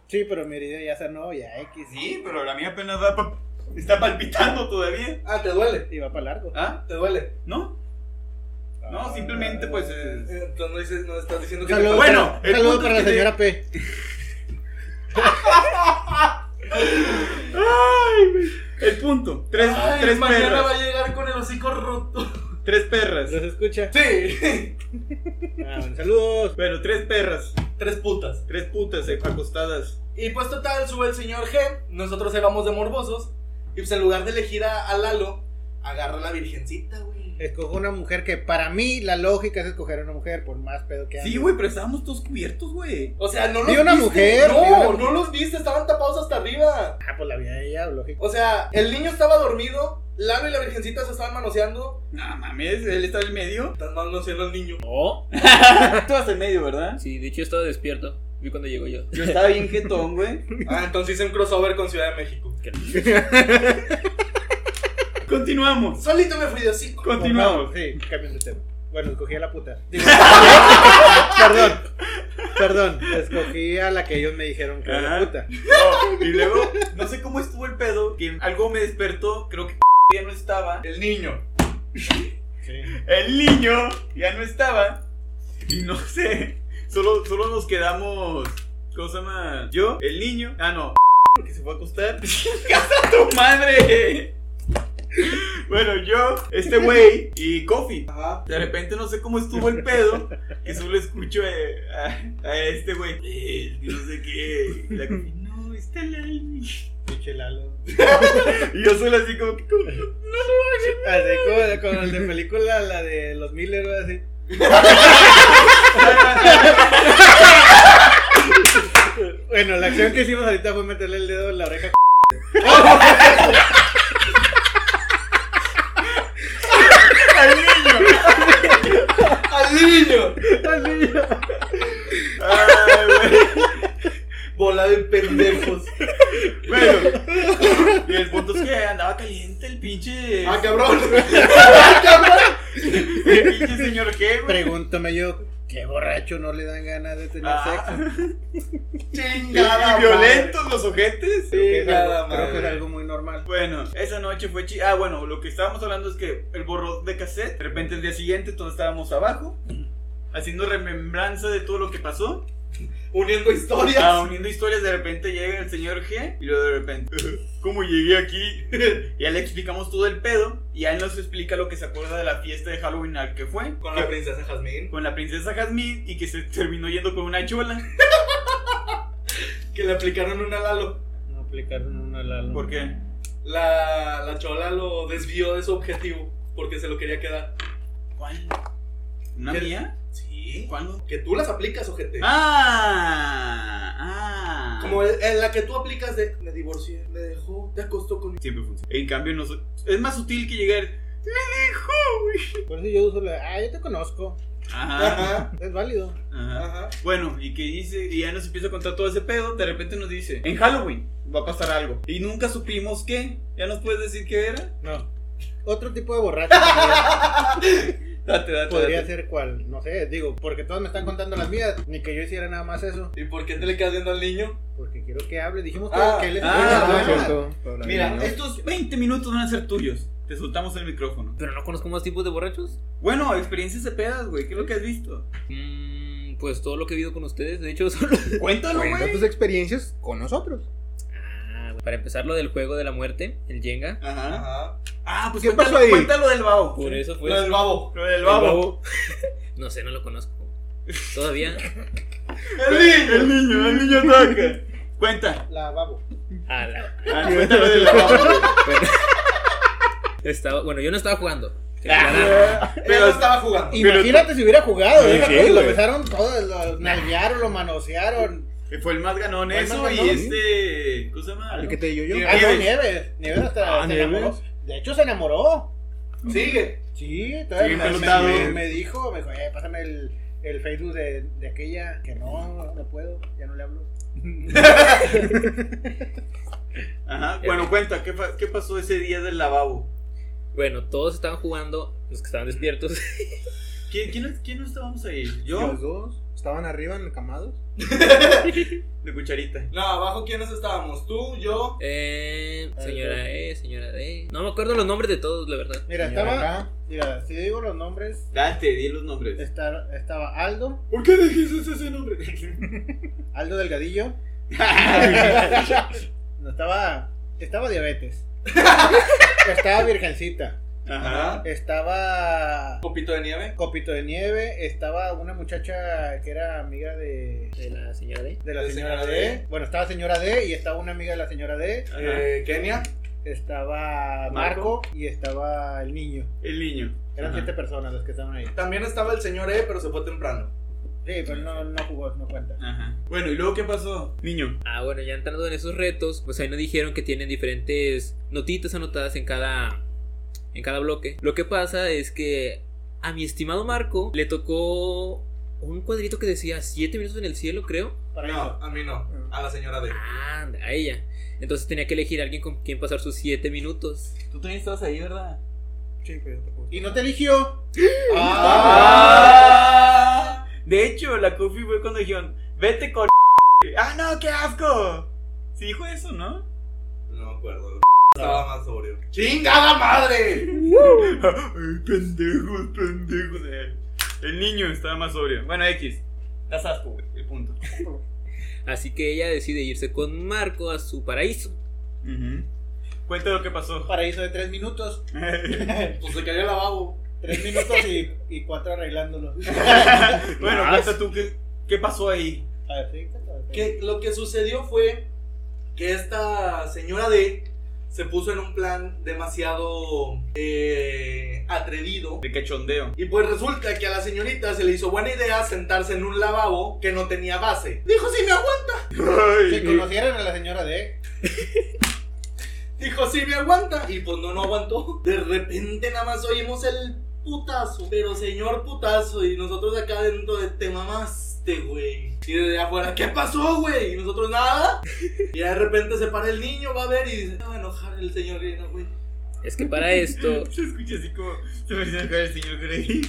[SPEAKER 3] Sí, pero mi herida ya sanó, ya X.
[SPEAKER 2] Sí, pero la mía apenas va pa- está palpitando todavía.
[SPEAKER 1] ah, te duele,
[SPEAKER 3] Y va para largo.
[SPEAKER 2] ¿Ah?
[SPEAKER 1] te duele.
[SPEAKER 2] ¿No? No, simplemente pues. eh,
[SPEAKER 1] Eh, Entonces no, dices, no estás diciendo que... te
[SPEAKER 3] Saludos
[SPEAKER 1] duele.
[SPEAKER 2] Bueno,
[SPEAKER 3] para-
[SPEAKER 2] el
[SPEAKER 3] saludos
[SPEAKER 2] punto es
[SPEAKER 3] para la
[SPEAKER 2] que te-
[SPEAKER 3] señora P.
[SPEAKER 2] ¡Ay, güey! El punto. Tres,
[SPEAKER 1] Ay,
[SPEAKER 2] tres
[SPEAKER 1] mañana va
[SPEAKER 2] perras.
[SPEAKER 1] a llegar con el hocico roto.
[SPEAKER 2] Tres perras.
[SPEAKER 3] ¿Los escucha?
[SPEAKER 1] Sí,
[SPEAKER 3] Ah, bueno, saludos.
[SPEAKER 2] Bueno, tres perras.
[SPEAKER 1] tres putas.
[SPEAKER 2] Tres putas eh, acostadas.
[SPEAKER 1] Y pues total, sube el señor G, nosotros éramos de morbosos, y pues en lugar de elegir a, a Lalo, agarra a la virgencita, güey.
[SPEAKER 3] Escojo una mujer que para mí la lógica es escoger una mujer, por más pedo que haga.
[SPEAKER 2] Sí, güey, pero estábamos todos cubiertos, güey.
[SPEAKER 1] O sea, no los
[SPEAKER 3] Vi una
[SPEAKER 1] viste.
[SPEAKER 3] mujer, vi una
[SPEAKER 1] No,
[SPEAKER 3] mujer.
[SPEAKER 1] no los viste, estaban tapados hasta arriba.
[SPEAKER 3] Ah, pues la vida de ella, lógico.
[SPEAKER 1] O sea, el niño estaba dormido, Lalo y la Virgencita se estaban manoseando.
[SPEAKER 2] No mames, él está en el medio.
[SPEAKER 1] Están manoseando al niño.
[SPEAKER 4] Oh.
[SPEAKER 2] Tú vas en medio, ¿verdad?
[SPEAKER 4] Sí, de hecho yo estaba despierto. Vi cuando llegó yo.
[SPEAKER 2] Yo estaba bien jetón, güey.
[SPEAKER 1] Ah, entonces hice un crossover con Ciudad de México.
[SPEAKER 2] Continuamos.
[SPEAKER 1] Solito me fui de hocico.
[SPEAKER 2] Continuamos.
[SPEAKER 3] No, sí, cambiando de tema. Bueno, escogí a la puta. Digo, perdón, perdón. Escogí a la que ellos me dijeron que era
[SPEAKER 2] Ajá.
[SPEAKER 3] la puta.
[SPEAKER 2] y luego, no sé cómo estuvo el pedo, que algo me despertó, creo que ya no estaba.
[SPEAKER 1] El niño.
[SPEAKER 2] El niño ya no estaba. Y no sé, solo, solo nos quedamos. ¿Cómo se llama? Yo, el niño. Ah, no. Que se fue a acostar. ¡Casa tu madre! Bueno, yo, este güey y Coffee.
[SPEAKER 1] Ajá.
[SPEAKER 2] De repente no sé cómo estuvo el pedo, que solo escucho eh, a, a este güey. "Eh, que no sé qué. Y la Coffee, no, está Lali.
[SPEAKER 3] Pinche Lalo.
[SPEAKER 2] Y yo solo así como que. "¿Cómo
[SPEAKER 3] Así como con el de película, la de los Miller, güey, así. Bueno, la acción que hicimos ahorita fue meterle el dedo en la oreja.
[SPEAKER 2] Al niño.
[SPEAKER 1] ¡Al niño!
[SPEAKER 2] Ay, güey.
[SPEAKER 1] Bola de pendejos.
[SPEAKER 2] Bueno, y el punto es que andaba caliente el pinche.
[SPEAKER 1] ¡Ah, cabrón!
[SPEAKER 2] el pinche señor qué, güey.
[SPEAKER 3] Pregúntame yo, ¿qué borracho no le dan ganas de tener
[SPEAKER 2] Ah.
[SPEAKER 3] sexo?
[SPEAKER 2] Y
[SPEAKER 1] ¡Chingada!
[SPEAKER 2] violentos los ojetes.
[SPEAKER 3] Creo que, es
[SPEAKER 1] nada
[SPEAKER 3] algo,
[SPEAKER 1] madre.
[SPEAKER 3] creo que es algo muy normal.
[SPEAKER 2] Bueno, esa noche fue chi. Ah, bueno, lo que estábamos hablando es que el borró de cassette. De repente el día siguiente todos estábamos abajo. Haciendo remembranza de todo lo que pasó.
[SPEAKER 1] madre. Uniendo historias.
[SPEAKER 2] Ah, uniendo historias, de repente llega el señor G. Y luego de repente, ¿cómo llegué aquí? ya le explicamos todo el pedo. Y él nos explica lo que se acuerda de la fiesta de Halloween al que fue.
[SPEAKER 1] Con
[SPEAKER 2] Que-
[SPEAKER 1] la princesa Jazmín.
[SPEAKER 2] con la princesa Jasmine y que se terminó yendo con una chola.
[SPEAKER 1] Que le aplicaron una Lalo.
[SPEAKER 3] No aplicaron una Lalo.
[SPEAKER 2] ¿Por qué?
[SPEAKER 1] La, la chola lo desvió de su objetivo porque se lo quería quedar.
[SPEAKER 2] ¿Cuál? ¿Una
[SPEAKER 1] ¿Qué?
[SPEAKER 2] mía?
[SPEAKER 1] Sí.
[SPEAKER 2] ¿Cuándo?
[SPEAKER 1] Que tú las aplicas, ojete.
[SPEAKER 2] ¡Ah! ¡Ah!
[SPEAKER 1] Como el- en la que tú aplicas de me divorcié, me dejó, te acostó con
[SPEAKER 2] Siempre funciona. En cambio, no so- es más sutil que llegar.
[SPEAKER 3] Por eso yo uso la. Ah, yo te conozco.
[SPEAKER 2] Ajá,
[SPEAKER 1] Ajá,
[SPEAKER 3] Es válido.
[SPEAKER 2] ajá.
[SPEAKER 1] ajá.
[SPEAKER 2] Bueno, y que dice, y ya nos empieza a contar todo ese pedo. De repente nos dice: En Halloween va a pasar algo. Y nunca supimos qué. ¿Ya nos puedes decir qué era?
[SPEAKER 3] No. Otro tipo de borracho también
[SPEAKER 2] Date, date.
[SPEAKER 3] podría
[SPEAKER 2] date.
[SPEAKER 3] ser cual, no sé, digo, porque todos me están contando las mías, ni que yo hiciera nada más eso,
[SPEAKER 1] ¿Y por qué te le quedas viendo al niño?
[SPEAKER 3] porque quiero que hable, dijimos
[SPEAKER 1] Ah,
[SPEAKER 3] que él es
[SPEAKER 2] ah,
[SPEAKER 3] Ah,
[SPEAKER 2] ah,
[SPEAKER 3] cierto.
[SPEAKER 2] Mira, estos 20 minutos van a ser tuyos. Te soltamos el micrófono.
[SPEAKER 4] Pero no conozco más tipos de borrachos.
[SPEAKER 2] Bueno, experiencias de pedas, güey. ¿Qué es lo que has visto?
[SPEAKER 4] Mm, pues todo lo que he vivido con ustedes. De hecho, solo.
[SPEAKER 2] Cuéntalo,
[SPEAKER 5] Cuenta
[SPEAKER 2] güey.
[SPEAKER 5] tus experiencias con nosotros.
[SPEAKER 4] Ah, para empezar, lo del juego de la muerte, el Jenga.
[SPEAKER 2] Ajá.
[SPEAKER 1] Ajá.
[SPEAKER 2] Ah, pues
[SPEAKER 5] ¿Qué
[SPEAKER 2] cuéntalo,
[SPEAKER 5] pasó ahí?
[SPEAKER 2] cuéntalo del babo.
[SPEAKER 4] Por eso fue.
[SPEAKER 1] Lo del babo.
[SPEAKER 2] Lo del
[SPEAKER 4] el
[SPEAKER 2] babo.
[SPEAKER 4] babo. No sé, no lo conozco. Todavía.
[SPEAKER 2] El niño, el niño, el niño toca. Cuenta.
[SPEAKER 3] La babo.
[SPEAKER 4] A la-
[SPEAKER 2] Ah, cuéntalo del babo.
[SPEAKER 4] Estaba, bueno, yo no estaba jugando.
[SPEAKER 3] Ah.
[SPEAKER 1] Pero estaba jugando.
[SPEAKER 3] Imagínate si hubiera jugado,
[SPEAKER 5] Sí,
[SPEAKER 3] déjate,
[SPEAKER 5] sí,
[SPEAKER 3] lo
[SPEAKER 5] güey.
[SPEAKER 3] besaron todo, lo nalguearon, lo manosearon.
[SPEAKER 2] Fue el más ganón
[SPEAKER 3] Fue el
[SPEAKER 2] eso
[SPEAKER 3] más
[SPEAKER 2] y
[SPEAKER 3] ganón.
[SPEAKER 2] este. ¿Cómo se llama?
[SPEAKER 5] ¿El que te digo yo?
[SPEAKER 2] Mira.
[SPEAKER 3] Ah, no,
[SPEAKER 2] Nieves.
[SPEAKER 3] Nieves, Nieves hasta
[SPEAKER 5] Ah,
[SPEAKER 3] se enamoró.
[SPEAKER 5] Nieves.
[SPEAKER 3] De hecho se enamoró.
[SPEAKER 1] Sigue.
[SPEAKER 2] Sí,
[SPEAKER 3] Sí, todavía me-
[SPEAKER 2] pelotado.
[SPEAKER 3] me, me dijo, me dijo, eh, pásame el, el Facebook de, de aquella que no, no puedo, ya no le hablo.
[SPEAKER 2] Ajá. Bueno, cuenta, ¿qué, fa- qué pasó ese día del lavabo?
[SPEAKER 4] Bueno, todos estaban jugando, los que estaban despiertos.
[SPEAKER 2] ¿Quién, quién, quién no estábamos ahí?
[SPEAKER 5] Los
[SPEAKER 2] ¿Yo?
[SPEAKER 5] dos estaban arriba en camados.
[SPEAKER 2] De cucharita.
[SPEAKER 1] No, abajo quiénes estábamos. Tú, yo.
[SPEAKER 4] Eh, señora E, señora D. No me acuerdo los nombres de todos, la verdad.
[SPEAKER 3] Mira,
[SPEAKER 5] Señora
[SPEAKER 3] estaba,
[SPEAKER 5] acá.
[SPEAKER 3] mira, si digo los nombres,
[SPEAKER 2] Date, Ah, di los nombres.
[SPEAKER 3] está- estaba Aldo,
[SPEAKER 2] ¿Por qué dijiste ese nombre?
[SPEAKER 3] Aldo Delgadillo. No, estaba. Estaba diabetes. estaba virgencita.
[SPEAKER 2] Ajá.
[SPEAKER 3] Estaba.
[SPEAKER 1] Copito de nieve.
[SPEAKER 3] Copito de nieve. Estaba una muchacha que era amiga de.
[SPEAKER 4] De la señora D.
[SPEAKER 3] De la
[SPEAKER 1] De
[SPEAKER 3] señora,
[SPEAKER 1] señora
[SPEAKER 3] D.
[SPEAKER 1] D.
[SPEAKER 3] Bueno, estaba señora D y estaba una amiga de la señora D.
[SPEAKER 2] Ajá.
[SPEAKER 1] Eh, Kenia.
[SPEAKER 3] Estaba
[SPEAKER 2] Marco.
[SPEAKER 3] Marco y estaba el niño.
[SPEAKER 2] El niño.
[SPEAKER 3] Eran
[SPEAKER 2] Ajá.
[SPEAKER 3] siete personas las que estaban ahí. Sí,
[SPEAKER 1] También estaba el señor E, pero se fue temprano.
[SPEAKER 3] pero no, no jugó, no cuenta.
[SPEAKER 2] Ajá. Bueno, ¿y luego qué pasó? Niño.
[SPEAKER 4] Ah, bueno, ya entrando en esos retos, pues ahí nos dijeron que tienen diferentes notitas anotadas en cada en cada bloque. Lo que pasa es que a mi estimado Marco le tocó un cuadrito que decía 7 minutos en el cielo, creo.
[SPEAKER 3] Para
[SPEAKER 1] no,
[SPEAKER 3] eso.
[SPEAKER 1] a mí no.
[SPEAKER 2] Mm.
[SPEAKER 1] A la señora de.
[SPEAKER 4] Ah, a ella. Entonces tenía que elegir a alguien con quien pasar sus 7 minutos.
[SPEAKER 2] Tú también estabas ahí, ¿verdad?
[SPEAKER 5] Sí, pero tampoco.
[SPEAKER 3] Y no te eligió.
[SPEAKER 1] Ah.
[SPEAKER 2] Ah. De hecho, la Kofi fue cuando dijeron, vete con... Ah, no, qué asco. Sí dijo eso, ¿no?
[SPEAKER 1] No me acuerdo. Estaba más sobrio.
[SPEAKER 3] ¡Chingada madre!
[SPEAKER 2] Ay, pendejos, pendejos. Eh, El niño estaba más sobrio. Bueno, X. Das asco, güey. El punto.
[SPEAKER 4] Así que ella decide irse con Marco a su paraíso.
[SPEAKER 2] Cuenta lo que pasó.
[SPEAKER 3] Paraíso de tres minutos.
[SPEAKER 1] Pues se cayó el lavabo.
[SPEAKER 3] Tres minutos y, y cuatro arreglándolo.
[SPEAKER 2] bueno, cuenta tú qué, qué pasó ahí.
[SPEAKER 3] A ver, sí, cuéntame, cuéntame.
[SPEAKER 1] Que lo que sucedió fue que esta señora D se puso en un plan demasiado eh, atrevido.
[SPEAKER 2] De cachondeo.
[SPEAKER 1] Y pues resulta que a la señorita se le hizo buena idea sentarse en un lavabo que no tenía base. Dijo, si me aguanta.
[SPEAKER 3] Si conocieran a la señora D.
[SPEAKER 1] Dijo, si me aguanta. Y pues no, no aguantó. De repente nada más oímos el putazo. Pero señor putazo. Y nosotros acá dentro de te mamaste, güey. Y desde afuera, ¿qué pasó, güey? Y nosotros nada. Y ya de repente se para el niño, va a ver y dice, "Se va a enojar el señor Grey, no, güey.
[SPEAKER 4] Es que para esto,
[SPEAKER 2] Se escucha así como se parecía a el señor Grey.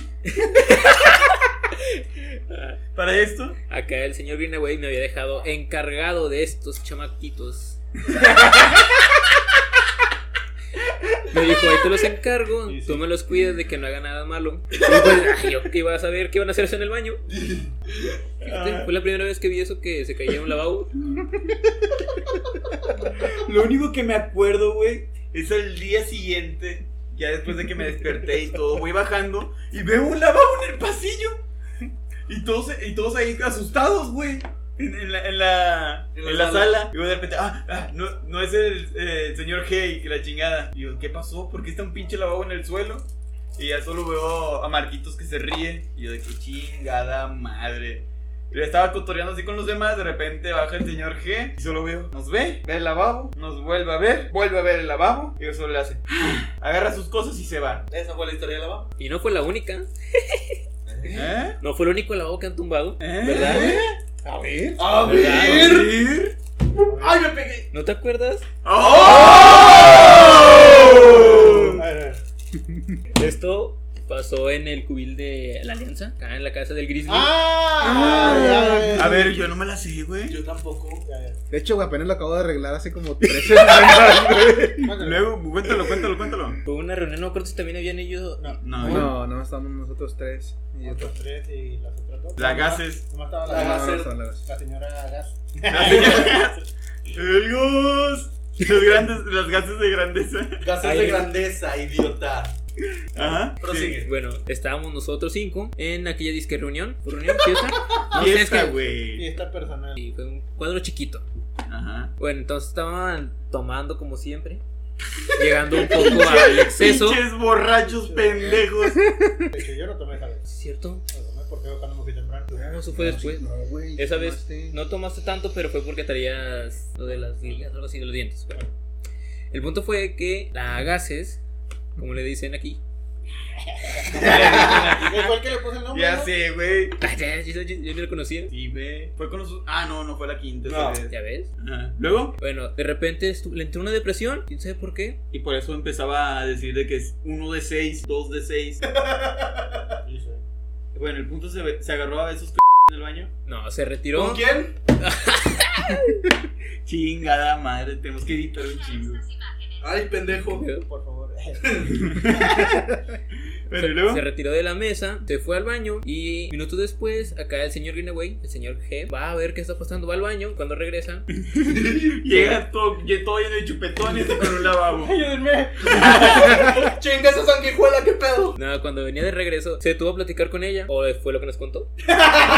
[SPEAKER 2] Para esto,
[SPEAKER 4] acá el señor Greenaway me había dejado encargado de estos chamaquitos. Me dijo, ahí te los encargo,
[SPEAKER 2] Sí, sí.
[SPEAKER 4] tú me los cuidas de que no haga nada malo. Y pues, ay, yo que iba a saber qué iban a hacerse en el baño.
[SPEAKER 2] Ah.
[SPEAKER 4] Fíjate, fue la primera vez que vi eso que se caía en un lavabo.
[SPEAKER 2] lo único que me acuerdo, güey, es el día siguiente, ya después de que me desperté y todo, voy bajando y veo un lavabo en el pasillo. Y todos, y todos ahí asustados, güey. En, en la, en, la,
[SPEAKER 1] En la
[SPEAKER 2] en la
[SPEAKER 1] sala.
[SPEAKER 2] sala. Y luego de repente, ah, ah, no, no es el, eh, el señor Hey, que la chingada. Y yo, ¿qué pasó? ¿Por qué está un pinche lavabo en el suelo? Y ya solo veo a Marquitos que se ríe. Y yo de que chingada madre. Y le estaba cotoreando así con los demás. De repente baja el señor G. Y solo veo. Nos ve. Ve el lavabo. Nos vuelve a ver. Vuelve a ver el lavabo. Y yo solo le hace. "Ah", Agarra sus cosas y se va.
[SPEAKER 1] Esa fue la historia de la baba.
[SPEAKER 4] Y no fue la única,
[SPEAKER 2] ¿Eh?
[SPEAKER 4] no fue el único lavabo que han tumbado,
[SPEAKER 2] ¿Eh?
[SPEAKER 4] ¿verdad?
[SPEAKER 5] A ver.
[SPEAKER 1] A ver.
[SPEAKER 2] ¿Ir?
[SPEAKER 1] Ay, me pegué.
[SPEAKER 4] ¿No te acuerdas?
[SPEAKER 2] ¡Oh!
[SPEAKER 3] A ver, a ver.
[SPEAKER 4] Esto pasó en el cubil de la Alianza, acá en la casa del Grizzly.
[SPEAKER 3] ¡Ah! ya, ya,
[SPEAKER 2] A ver, yo no me la sé, güey.
[SPEAKER 1] Yo tampoco.
[SPEAKER 3] ya, ya.
[SPEAKER 5] De hecho, güey, apenas lo acabo de arreglar hace como tres semanas, güey.
[SPEAKER 2] Luego, cuéntalo, cuéntalo, cuéntalo.
[SPEAKER 4] Fue una reunión, no me acuerdo si también habían ellos.
[SPEAKER 3] No.
[SPEAKER 2] No, no.
[SPEAKER 5] No, no, estamos nosotros tres. Y yo
[SPEAKER 3] Otros tres y las otras dos.
[SPEAKER 2] La gases.
[SPEAKER 3] Nomás estaba
[SPEAKER 5] No,
[SPEAKER 3] la,
[SPEAKER 5] no,
[SPEAKER 3] la,
[SPEAKER 5] no,
[SPEAKER 1] Gasset.
[SPEAKER 5] no, no, no.
[SPEAKER 3] señora Gas.
[SPEAKER 2] La señora- El gas. Los grandes, las gases de grandeza.
[SPEAKER 1] Gases
[SPEAKER 4] Ay.
[SPEAKER 1] de grandeza, idiota.
[SPEAKER 2] Ajá.
[SPEAKER 1] Prosigue.
[SPEAKER 4] Bueno, estábamos nosotros cinco en aquella disque reunión. ¿Fue ¿Reunión? ¿Fiesta? No,
[SPEAKER 2] Sí,
[SPEAKER 4] es que-
[SPEAKER 3] Y
[SPEAKER 2] güey.
[SPEAKER 3] esta personal.
[SPEAKER 4] Y fue un cuadro chiquito.
[SPEAKER 2] Ajá.
[SPEAKER 4] Bueno, entonces estaban tomando como siempre. Llegando un poco al exceso.
[SPEAKER 2] Pinches borrachos pendejos.
[SPEAKER 3] De hecho, yo no tomé esa vez.
[SPEAKER 4] ¿Es ¿Cierto?
[SPEAKER 3] Lo tomé porque yo cuando me fui temprano.
[SPEAKER 4] No, eso fue después.
[SPEAKER 5] No, güey.
[SPEAKER 4] Esa vez
[SPEAKER 5] tomaste.
[SPEAKER 4] No tomaste tanto, pero fue porque traías lo de las ligas, algo así de los dientes. Bueno, el punto fue que la gases, como le dicen aquí.
[SPEAKER 3] Igual que le puse el nombre.
[SPEAKER 2] Ya
[SPEAKER 3] ¿no?
[SPEAKER 2] sé, güey.
[SPEAKER 4] Yo no lo conocía.
[SPEAKER 2] Sí, güey. Fue con los. Ah, no, no fue la quinta.
[SPEAKER 1] No.
[SPEAKER 2] esa vez.
[SPEAKER 4] ¿Ya ves?
[SPEAKER 2] Ajá. Luego,
[SPEAKER 4] Bueno, de repente estu- le entró una depresión, quién sabe por qué.
[SPEAKER 2] y por eso empezaba a decir de que es uno de seis, dos de seis.
[SPEAKER 3] Sí, sí.
[SPEAKER 2] Bueno, el punto se, ve- se agarró a besos c en el baño.
[SPEAKER 4] No, se retiró.
[SPEAKER 1] ¿Con quién?
[SPEAKER 2] Chingada madre, tenemos que editar un chingo.
[SPEAKER 1] Ay, pendejo.
[SPEAKER 3] Por favor.
[SPEAKER 2] Pero y
[SPEAKER 4] Se
[SPEAKER 2] luego.
[SPEAKER 4] retiró de la mesa, se fue al baño y minutos después acá el señor Greenaway, el señor G, va a ver qué está pasando, va al baño, cuando regresa,
[SPEAKER 2] Llega todo, ya todo lleno de chupetones y con un lavabo.
[SPEAKER 3] Ayúdenme.
[SPEAKER 1] Chinga esa sanguijuela, qué pedo.
[SPEAKER 4] nada, cuando venía de regreso, se tuvo a platicar con ella o fue lo que nos contó.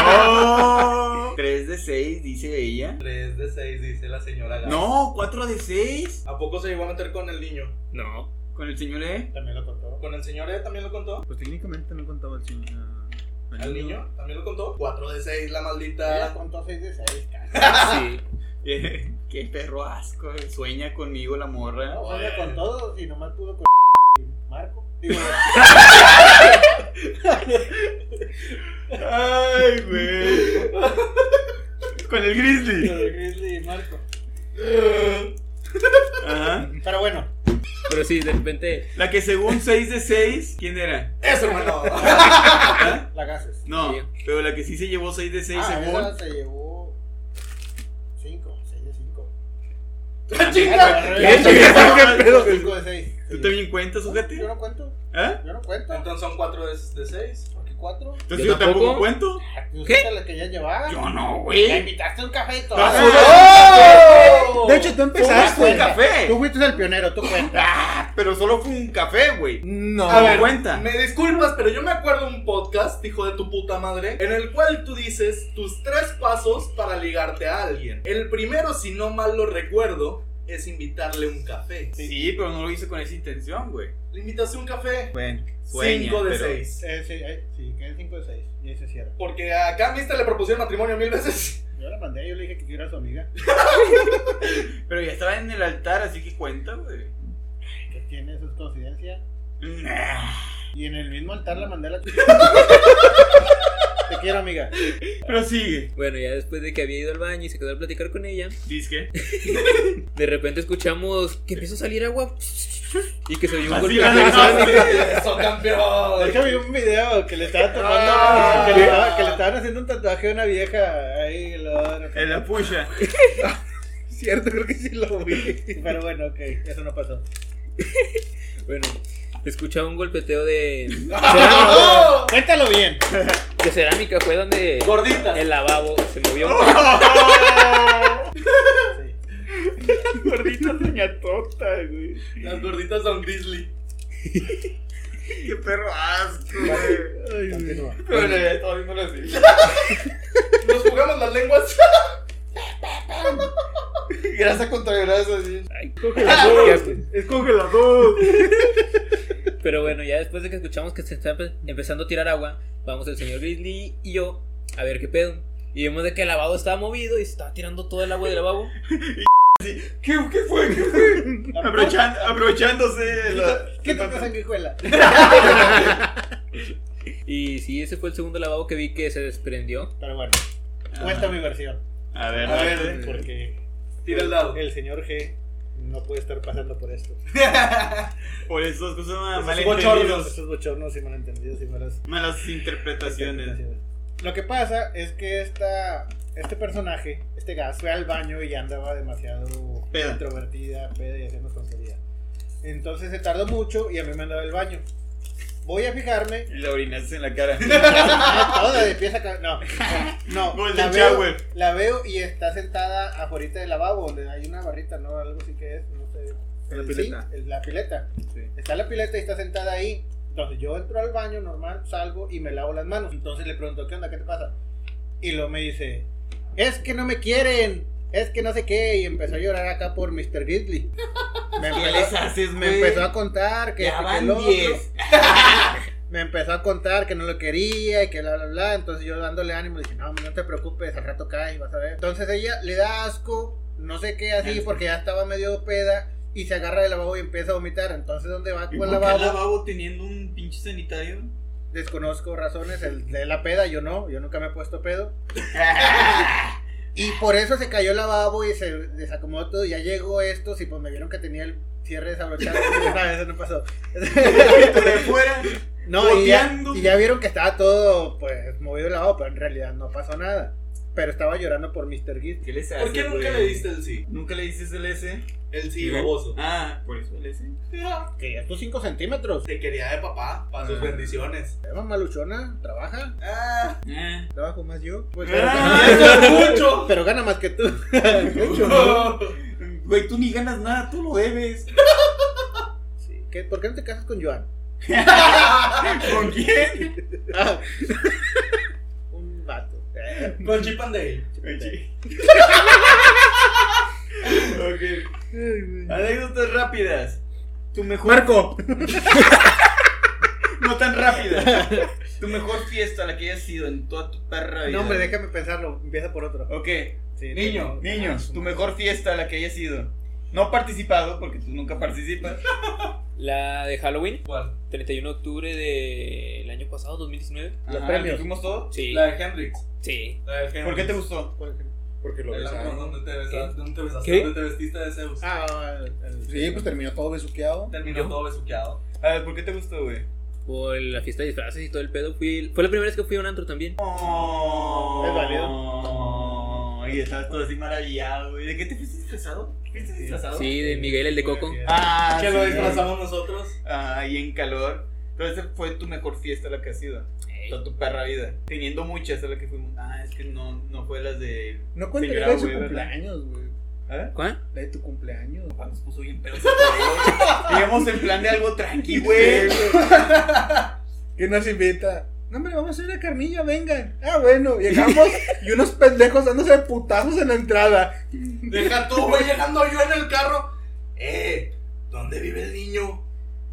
[SPEAKER 2] ¡Oh! Tres de seis, dice ella.
[SPEAKER 1] 3 de 6, dice la señora Gas.
[SPEAKER 2] No, cuatro de seis.
[SPEAKER 1] ¿A poco se llegó a meter con el niño?
[SPEAKER 4] No,
[SPEAKER 2] Con el señor E.
[SPEAKER 3] También lo contó.
[SPEAKER 1] ¿Con el señor E también lo contó?
[SPEAKER 5] Pues técnicamente no contaba el señor. ah,
[SPEAKER 1] ¿Al niño? ¿También lo contó? 4 de 6, la
[SPEAKER 3] Ella
[SPEAKER 1] maldita.
[SPEAKER 3] contó 6 de 6.
[SPEAKER 4] sí,
[SPEAKER 2] Qué perro asco. Sueña conmigo la morra.
[SPEAKER 3] No, o sea, con todos y nomás pudo con Marco. Digo,
[SPEAKER 2] Ay, güey. Con el
[SPEAKER 3] lo
[SPEAKER 2] grizzly.
[SPEAKER 3] de Grizzly y Marco.
[SPEAKER 2] Ajá.
[SPEAKER 3] Pero bueno,
[SPEAKER 4] Pero sí, de repente.
[SPEAKER 2] La que según 6 de 6, ¿quién era?
[SPEAKER 1] Eso, hermano.
[SPEAKER 2] ¿Ah?
[SPEAKER 3] la gases.
[SPEAKER 2] No,
[SPEAKER 4] Sí.
[SPEAKER 2] pero la que sí se llevó 6 de 6
[SPEAKER 3] ah,
[SPEAKER 2] según.
[SPEAKER 3] esa se llevó 5, 6 de 5.
[SPEAKER 2] ¿Qué? ¿Qué pedo?
[SPEAKER 3] 5 de 6.
[SPEAKER 2] ¿Tú también cuentas,
[SPEAKER 3] Yo
[SPEAKER 2] ojete?
[SPEAKER 3] no cuento,
[SPEAKER 2] ¿Ah?
[SPEAKER 3] yo no cuento.
[SPEAKER 1] Entonces son 4 de 6.
[SPEAKER 3] ¿Por qué 4?
[SPEAKER 2] Entonces
[SPEAKER 4] Yo
[SPEAKER 2] yo tampoco
[SPEAKER 4] tampoco.
[SPEAKER 2] cuento.
[SPEAKER 3] ¿Usted se Ah, pues, la quería llevar?
[SPEAKER 2] Yo no,
[SPEAKER 3] ¿La
[SPEAKER 2] güey.
[SPEAKER 3] invitaste a un café y todo?
[SPEAKER 2] Ah, ¡Oh!
[SPEAKER 5] De hecho, tú empezaste.
[SPEAKER 2] Fue un café.
[SPEAKER 3] Tú fuiste el pionero, tú cuentas.
[SPEAKER 2] Ah, pero solo fue un café, güey.
[SPEAKER 5] No.
[SPEAKER 2] A ver, cuenta.
[SPEAKER 1] Me disculpas, pero yo me acuerdo un podcast, hijo de tu puta madre, en el cual tú dices tus tres pasos para ligarte a alguien. El primero, si no mal lo recuerdo, es invitarle un café.
[SPEAKER 2] Sí, pero no lo hice con esa intención, güey.
[SPEAKER 1] Le invitas un café.
[SPEAKER 2] Bueno,
[SPEAKER 1] 5 de 6.
[SPEAKER 3] Eh, sí, ahí- sí, que 5 de 6. Y ahí se cierra.
[SPEAKER 1] Porque acá a Mister le propusieron matrimonio mil veces.
[SPEAKER 3] Yo la mandé, yo le dije que yo era su amiga.
[SPEAKER 2] Pero ya estaba en el altar, así que cuenta, güey.
[SPEAKER 3] Que tiene sus coincidencias.
[SPEAKER 2] Nah.
[SPEAKER 3] Y en el mismo altar la mandé a la chica. Te quiero, amiga.
[SPEAKER 2] Pero sigue.
[SPEAKER 4] Bueno, ya después de que había ido al baño y se quedó a platicar con ella,
[SPEAKER 2] Dice que.
[SPEAKER 4] de repente escuchamos que empieza a salir agua y que se oyó un
[SPEAKER 2] Así
[SPEAKER 4] golpe.
[SPEAKER 2] la dejaste.
[SPEAKER 1] Eso, campeón.
[SPEAKER 3] De hecho, vi un video que le estaban tomando.
[SPEAKER 1] Ah.
[SPEAKER 3] que, le estaba- que le estaban haciendo un tatuaje a una vieja. Ahí, lo.
[SPEAKER 2] En la puya.
[SPEAKER 5] Cierto, creo que sí lo vi.
[SPEAKER 3] Pero bueno, ok, eso no pasó.
[SPEAKER 4] Bueno, escuchaba un golpeteo de,
[SPEAKER 3] Ah, Cuéntalo bien.
[SPEAKER 4] de cerámica, fue donde
[SPEAKER 1] Gordita.
[SPEAKER 4] el lavabo se movió. un poco.
[SPEAKER 2] Gordita doña tota, güey.
[SPEAKER 1] Las gorditas son grizzly.
[SPEAKER 2] Qué perro asco, güey.
[SPEAKER 3] Continúa.
[SPEAKER 2] Pero ya estaba viéndolo así.
[SPEAKER 1] Nos jugamos las lenguas.
[SPEAKER 3] Grasa contra grasa, sí.
[SPEAKER 4] Ay, qué asco.
[SPEAKER 2] Es congelador.
[SPEAKER 4] Pero bueno, ya después de que escuchamos que se está empe- empezando a tirar agua, vamos el señor Grizzly y yo a ver qué pedo. Y vemos de que el lavabo estaba movido y se estaba tirando todo el agua del lavabo.
[SPEAKER 2] ¿Qué, ¿Qué fue? ¿Qué fue? Aprovechan- aprovechándose. La...
[SPEAKER 3] ¿Qué te pasa, sanguijuela?
[SPEAKER 4] Y sí, ese fue el segundo lavabo que vi que se desprendió.
[SPEAKER 3] Pero bueno, cuenta mi versión.
[SPEAKER 2] Ah. A ver,
[SPEAKER 3] A
[SPEAKER 2] a ver. eh.
[SPEAKER 3] ver, porque
[SPEAKER 1] Tira el dado.
[SPEAKER 3] el señor G no puede estar pasando por esto.
[SPEAKER 2] Por esas cosas ma-
[SPEAKER 3] Esos bochornos,
[SPEAKER 2] Ah, malentendidos.
[SPEAKER 3] esos bochornos y malentendidos y malas
[SPEAKER 2] Malas interpretaciones.
[SPEAKER 3] Lo que pasa es que esta, este personaje, este gas, fue al baño y ya andaba demasiado
[SPEAKER 2] Peda.
[SPEAKER 3] introvertida, peda y haciendo tonterías. Entonces se tardó mucho y a mí me andaba el baño. Voy a fijarme
[SPEAKER 2] Y la orinaste en la cara.
[SPEAKER 3] Toda de pies a cabeza. No, no.
[SPEAKER 2] Golden
[SPEAKER 3] la, veo,
[SPEAKER 2] shower.
[SPEAKER 3] la veo y está sentada afuera del lavabo, donde hay una barrita, ¿no? Algo así que es, no sé.
[SPEAKER 5] La
[SPEAKER 3] El
[SPEAKER 5] pileta.
[SPEAKER 3] zinc, el- la pileta.
[SPEAKER 5] Sí.
[SPEAKER 3] Está la pileta y está sentada ahí. Entonces yo entro al baño normal, salgo y me lavo las manos. Entonces le pregunto, ¿qué onda? ¿Qué te pasa? Y luego me dice, es que no me quieren, es que no sé qué. Y empezó a llorar acá por Mr. Grizzly. Me
[SPEAKER 2] ¿Qué
[SPEAKER 3] empezó,
[SPEAKER 2] les haces,
[SPEAKER 3] me
[SPEAKER 2] güey?
[SPEAKER 3] empezó a contar que,
[SPEAKER 2] Ya
[SPEAKER 3] que
[SPEAKER 2] van
[SPEAKER 3] el otro.
[SPEAKER 2] 10.
[SPEAKER 3] Me empezó a contar que no lo quería y que bla, bla, bla. Entonces yo dándole ánimo, le dije, no, hombre, no te preocupes, al rato cae y vas a ver. Entonces ella le da asco, no sé qué,
[SPEAKER 2] Este.
[SPEAKER 3] así, porque ya estaba medio peda y se agarra del lavabo y empieza a vomitar. Entonces, ¿dónde va?
[SPEAKER 2] ¿Y por
[SPEAKER 3] ¿Cuál
[SPEAKER 2] qué el
[SPEAKER 3] lavabo?
[SPEAKER 2] lavabo teniendo un pinche sanitario?
[SPEAKER 3] Desconozco razones, el de la peda, yo no, yo nunca me he puesto pedo. y por eso se cayó el lavabo y se desacomodó todo. Y ya llegó estos y pues me vieron que tenía el cierre desabrochado. no, eso no pasó.
[SPEAKER 2] de fuera.
[SPEAKER 3] No, y ya,
[SPEAKER 2] Boteando.
[SPEAKER 3] y ya vieron que estaba todo pues movido el lavabo, pero en realidad no pasó nada. Pero estaba llorando por Mr. Git.
[SPEAKER 2] ¿Qué les haces?
[SPEAKER 1] ¿Por qué nunca
[SPEAKER 2] güey?
[SPEAKER 1] le diste el sí?
[SPEAKER 2] ¿Nunca le dices el S?
[SPEAKER 1] El sí, baboso.
[SPEAKER 2] Ah, por eso el S.
[SPEAKER 3] Que estos 5 centímetros.
[SPEAKER 1] Te quería de papá, para sus
[SPEAKER 2] Ah.
[SPEAKER 1] bendiciones.
[SPEAKER 3] Es maluchona, trabaja,
[SPEAKER 1] Ah,
[SPEAKER 2] Ah.
[SPEAKER 3] trabajo más yo. Pues,
[SPEAKER 2] Ah,
[SPEAKER 1] mucho.
[SPEAKER 3] Pero gana más que tú.
[SPEAKER 2] Güey, tú ni ganas nada, tú lo debes.
[SPEAKER 3] Sí, ¿qué- ¿Por qué no te casas con Joan?
[SPEAKER 2] ¿Con quién?
[SPEAKER 3] Ah. Un vato. Eh,
[SPEAKER 1] Con Chip and Dale.
[SPEAKER 2] ok. Anécdotas rápidas. Tu mejor.
[SPEAKER 5] Marco.
[SPEAKER 2] No tan rápida. Tu mejor fiesta, la que hayas sido en toda tu perra vida.
[SPEAKER 3] No, hombre, déjame pensarlo. Empieza por otro.
[SPEAKER 2] Ok.
[SPEAKER 3] Sí,
[SPEAKER 2] Niño,
[SPEAKER 3] tengo-
[SPEAKER 2] niños, tu mejor fiesta, la que hayas sido. No participado, porque tú nunca participas.
[SPEAKER 4] La de Halloween,
[SPEAKER 1] ¿Cuál?
[SPEAKER 4] 31 de octubre del año pasado, 2019.
[SPEAKER 5] Los
[SPEAKER 2] Ajá,
[SPEAKER 5] premios.
[SPEAKER 2] ¿que ¿Fuimos todos?
[SPEAKER 4] Sí,
[SPEAKER 1] La de Hendrix.
[SPEAKER 4] sí.
[SPEAKER 1] La de Hendrix.
[SPEAKER 2] ¿Por qué te gustó?
[SPEAKER 5] Porque lo
[SPEAKER 1] El
[SPEAKER 5] ves
[SPEAKER 1] árbol
[SPEAKER 5] ahí.
[SPEAKER 1] donde te besaste, donde te besaste,
[SPEAKER 4] ¿Qué?
[SPEAKER 1] donde te vestiste de Zeus.
[SPEAKER 3] Ah, el- el-
[SPEAKER 5] Sí, pues terminó todo besuqueado.
[SPEAKER 1] Terminó todo besuqueado.
[SPEAKER 2] A ver, ¿por qué te gustó, güey?
[SPEAKER 4] Por la fiesta de disfraces y todo el pedo. Fui, fue la primera vez que fui a un antro también.
[SPEAKER 2] Es
[SPEAKER 3] Es
[SPEAKER 2] válido. Y estabas todo así maravillado, güey. ¿De qué te fuiste disfrazado? ¿Qué fuiste disfrazado?
[SPEAKER 4] Sí, de Miguel el de Coco.
[SPEAKER 2] Ah,
[SPEAKER 1] que lo
[SPEAKER 2] sí.
[SPEAKER 1] disfrazamos nosotros.
[SPEAKER 2] Ah, y en calor. Entonces fue tu mejor fiesta la que has ido.
[SPEAKER 4] Ey.
[SPEAKER 2] Toda tu perra vida. Teniendo muchas a la que fuimos. Ah, es que no, no fue las de.
[SPEAKER 5] No cuenta
[SPEAKER 2] Señora,
[SPEAKER 5] la de su
[SPEAKER 2] güey, ¿verdad?
[SPEAKER 5] cumpleaños, güey.
[SPEAKER 2] ¿Ah?
[SPEAKER 4] ¿Cuál?
[SPEAKER 5] La de tu cumpleaños.
[SPEAKER 2] Cuando se puso bien pedo. ese pedo. Digamos en plan de algo tranqui, güey.
[SPEAKER 5] ¿Quién nos invita? No, hombre, vamos a ir a carnilla, vengan. Ah, bueno, llegamos y unos pendejos dándose de putazos en la entrada.
[SPEAKER 1] Deja tú, güey, llegando yo en el carro. Eh, ¿dónde vive el niño?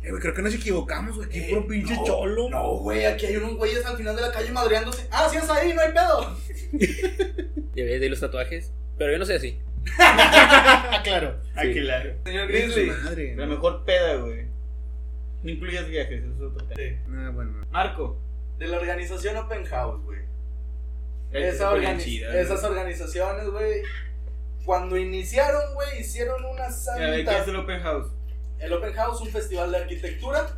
[SPEAKER 5] Eh, güey, creo que nos equivocamos, güey. Qué
[SPEAKER 1] Eh,
[SPEAKER 5] puro pinche
[SPEAKER 1] no,
[SPEAKER 5] cholo.
[SPEAKER 1] No, güey, aquí hay unos güeyes al final de la calle madreándose. Ah, sí es ahí, no hay pedo.
[SPEAKER 4] Ya ves de los tatuajes. Pero yo no sé así.
[SPEAKER 5] Ah, claro.
[SPEAKER 2] Ah, claro.
[SPEAKER 1] Señor
[SPEAKER 5] Su
[SPEAKER 1] Grizzly.
[SPEAKER 5] madre.
[SPEAKER 2] La mejor peda, güey. No incluyas viajes, eso es otro tema.
[SPEAKER 5] Ah, bueno.
[SPEAKER 2] Marco.
[SPEAKER 1] De la organización Open House, güey.
[SPEAKER 2] Esa
[SPEAKER 1] Esa
[SPEAKER 2] organi-
[SPEAKER 1] organi-
[SPEAKER 2] Esas
[SPEAKER 1] esas organizaciones, güey. Cuando iniciaron, güey, hicieron una
[SPEAKER 2] A ver, ¿qué
[SPEAKER 1] santa.
[SPEAKER 2] es el open house?
[SPEAKER 1] El Open House, un festival de arquitectura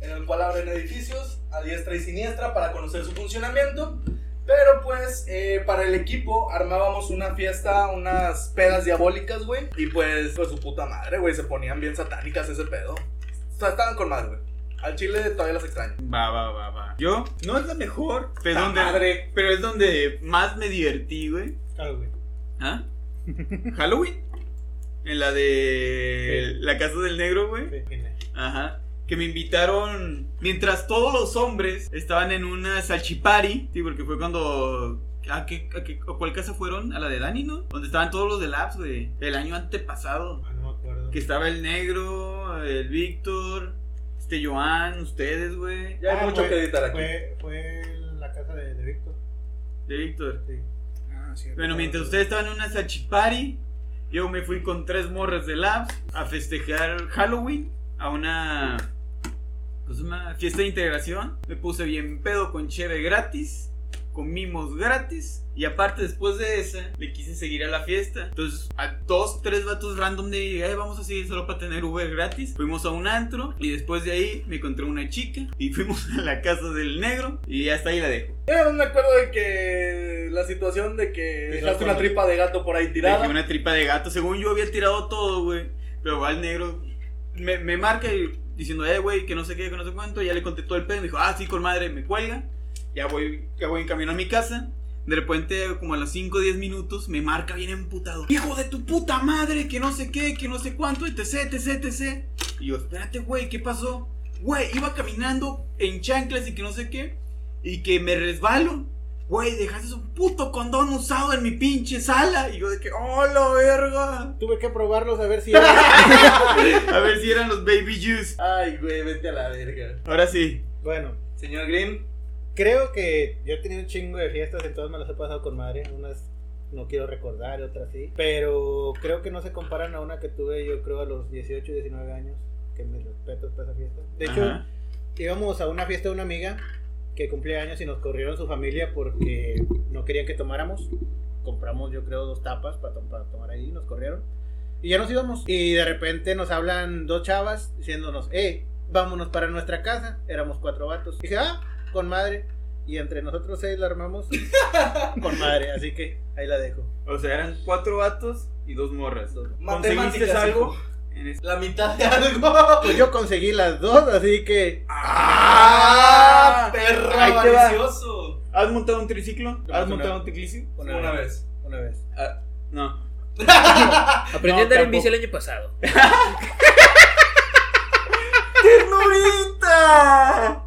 [SPEAKER 1] en el cual abren edificios a diestra y siniestra para conocer su funcionamiento. Pero pues eh, para el equipo armábamos una fiesta, unas pedas diabólicas, güey. Y pues, pues su puta madre, güey, se ponían bien satánicas ese pedo. O sea, estaban con madre, güey. Al chile todavía las extraño.
[SPEAKER 2] Va, va, va, va. Yo no es la mejor, pero, es
[SPEAKER 1] La
[SPEAKER 2] donde,
[SPEAKER 1] Ah, madre.
[SPEAKER 2] pero es donde más me divertí, güey. ¿Ah? ¿Halloween? En la de la casa del negro, güey. Ajá. Que me invitaron mientras todos los hombres estaban en una salchipari, sí, porque fue cuando ¿A, qué, a, qué- a cuál casa fueron? A la de Dani, ¿no? Donde estaban todos los de Labs, güey. El año antepasado.
[SPEAKER 3] Ah, no me acuerdo.
[SPEAKER 2] Que estaba el negro, el Víctor, este Joan, ustedes, güey.
[SPEAKER 1] Ya hay
[SPEAKER 3] Ah,
[SPEAKER 1] mucho
[SPEAKER 3] güey,
[SPEAKER 1] que editar aquí.
[SPEAKER 3] Fue, fue la casa de, de Víctor.
[SPEAKER 2] De Víctor.
[SPEAKER 5] Ah, sí.
[SPEAKER 2] Bueno, mientras ustedes estaban en una sachipari, yo me fui con tres morras de Labs a festejar Halloween a una, ¿cómo se llama? fiesta de integración. Me puse bien pedo con cheve gratis, comimos gratis y aparte después de esa le quise seguir a la fiesta. Entonces a dos, tres vatos random de "Eh, vamos a seguir solo para tener Uber gratis. Fuimos a un antro y después de ahí me encontré una chica y fuimos a la casa del negro y hasta ahí la dejo.
[SPEAKER 1] Yo no me acuerdo de que la situación de que
[SPEAKER 3] Sí,
[SPEAKER 1] dejaste
[SPEAKER 3] sí,
[SPEAKER 1] una
[SPEAKER 3] sí.
[SPEAKER 1] tripa de gato por ahí
[SPEAKER 2] Dejé
[SPEAKER 1] tirada.
[SPEAKER 2] una tripa de gato. Según yo había tirado todo, güey. Pero va el negro. Me, me marca y- diciendo, eh, güey, que no sé qué, que no sé cuánto. Ya le conté todo el pedo. y Me dijo, ah, sí, con madre, me cuelga. Ya voy, ya voy en camino a mi casa. De repente, como a los 5 o 10 minutos, me marca bien emputado. Hijo de tu puta madre, que no sé qué, que no sé cuánto, etc, etc, etc. Y yo, espérate, güey, ¿qué pasó? Güey, iba caminando en chanclas y que no sé qué. Y que me resbalo. Güey, dejaste un puto condón usado en mi pinche sala. Y yo de que, oh, la verga.
[SPEAKER 3] Tuve que probarlos a ver si era.
[SPEAKER 2] A ver si eran los baby juice.
[SPEAKER 1] Ay, güey, vete a la verga.
[SPEAKER 2] Ahora sí.
[SPEAKER 3] bueno,
[SPEAKER 1] Señor Green,
[SPEAKER 3] creo que yo he tenido un chingo de fiestas, entonces me las he pasado con madre. Unas no quiero recordar, otras sí. Pero creo que no se comparan a una que tuve yo creo a los 18, 19 años. Que me respeto para esa fiesta. De hecho,
[SPEAKER 2] Ajá.
[SPEAKER 3] íbamos a una fiesta de una amiga que cumplía años y nos corrieron su familia porque no querían que tomáramos. Compramos, yo creo, dos tapas para, tom- para tomar ahí, nos corrieron. Y ya nos íbamos. Y de repente nos hablan dos chavas diciéndonos, eh, vámonos para nuestra casa. Éramos cuatro vatos. dije, ah, con madre. Y entre nosotros seis la armamos con madre. Así que ahí la dejo.
[SPEAKER 2] O sea, eran cuatro vatos y dos morras. ¿Conseguiste
[SPEAKER 1] matemáticas.
[SPEAKER 2] algo?
[SPEAKER 1] hijo.
[SPEAKER 2] En este-
[SPEAKER 1] La mitad de algo.
[SPEAKER 3] Pues yo conseguí las dos, así que...
[SPEAKER 1] ¡Ah! ¡Perra
[SPEAKER 2] Ahí te va.
[SPEAKER 1] malicioso!
[SPEAKER 2] ¿Has montado un triciclo?
[SPEAKER 3] No,
[SPEAKER 2] ¿Has
[SPEAKER 3] no.
[SPEAKER 2] montado un triciclo?
[SPEAKER 1] Una, vez.
[SPEAKER 3] Una vez.
[SPEAKER 2] No.
[SPEAKER 4] Aprendí a andar en bici el año pasado.
[SPEAKER 2] ¡Ternurita!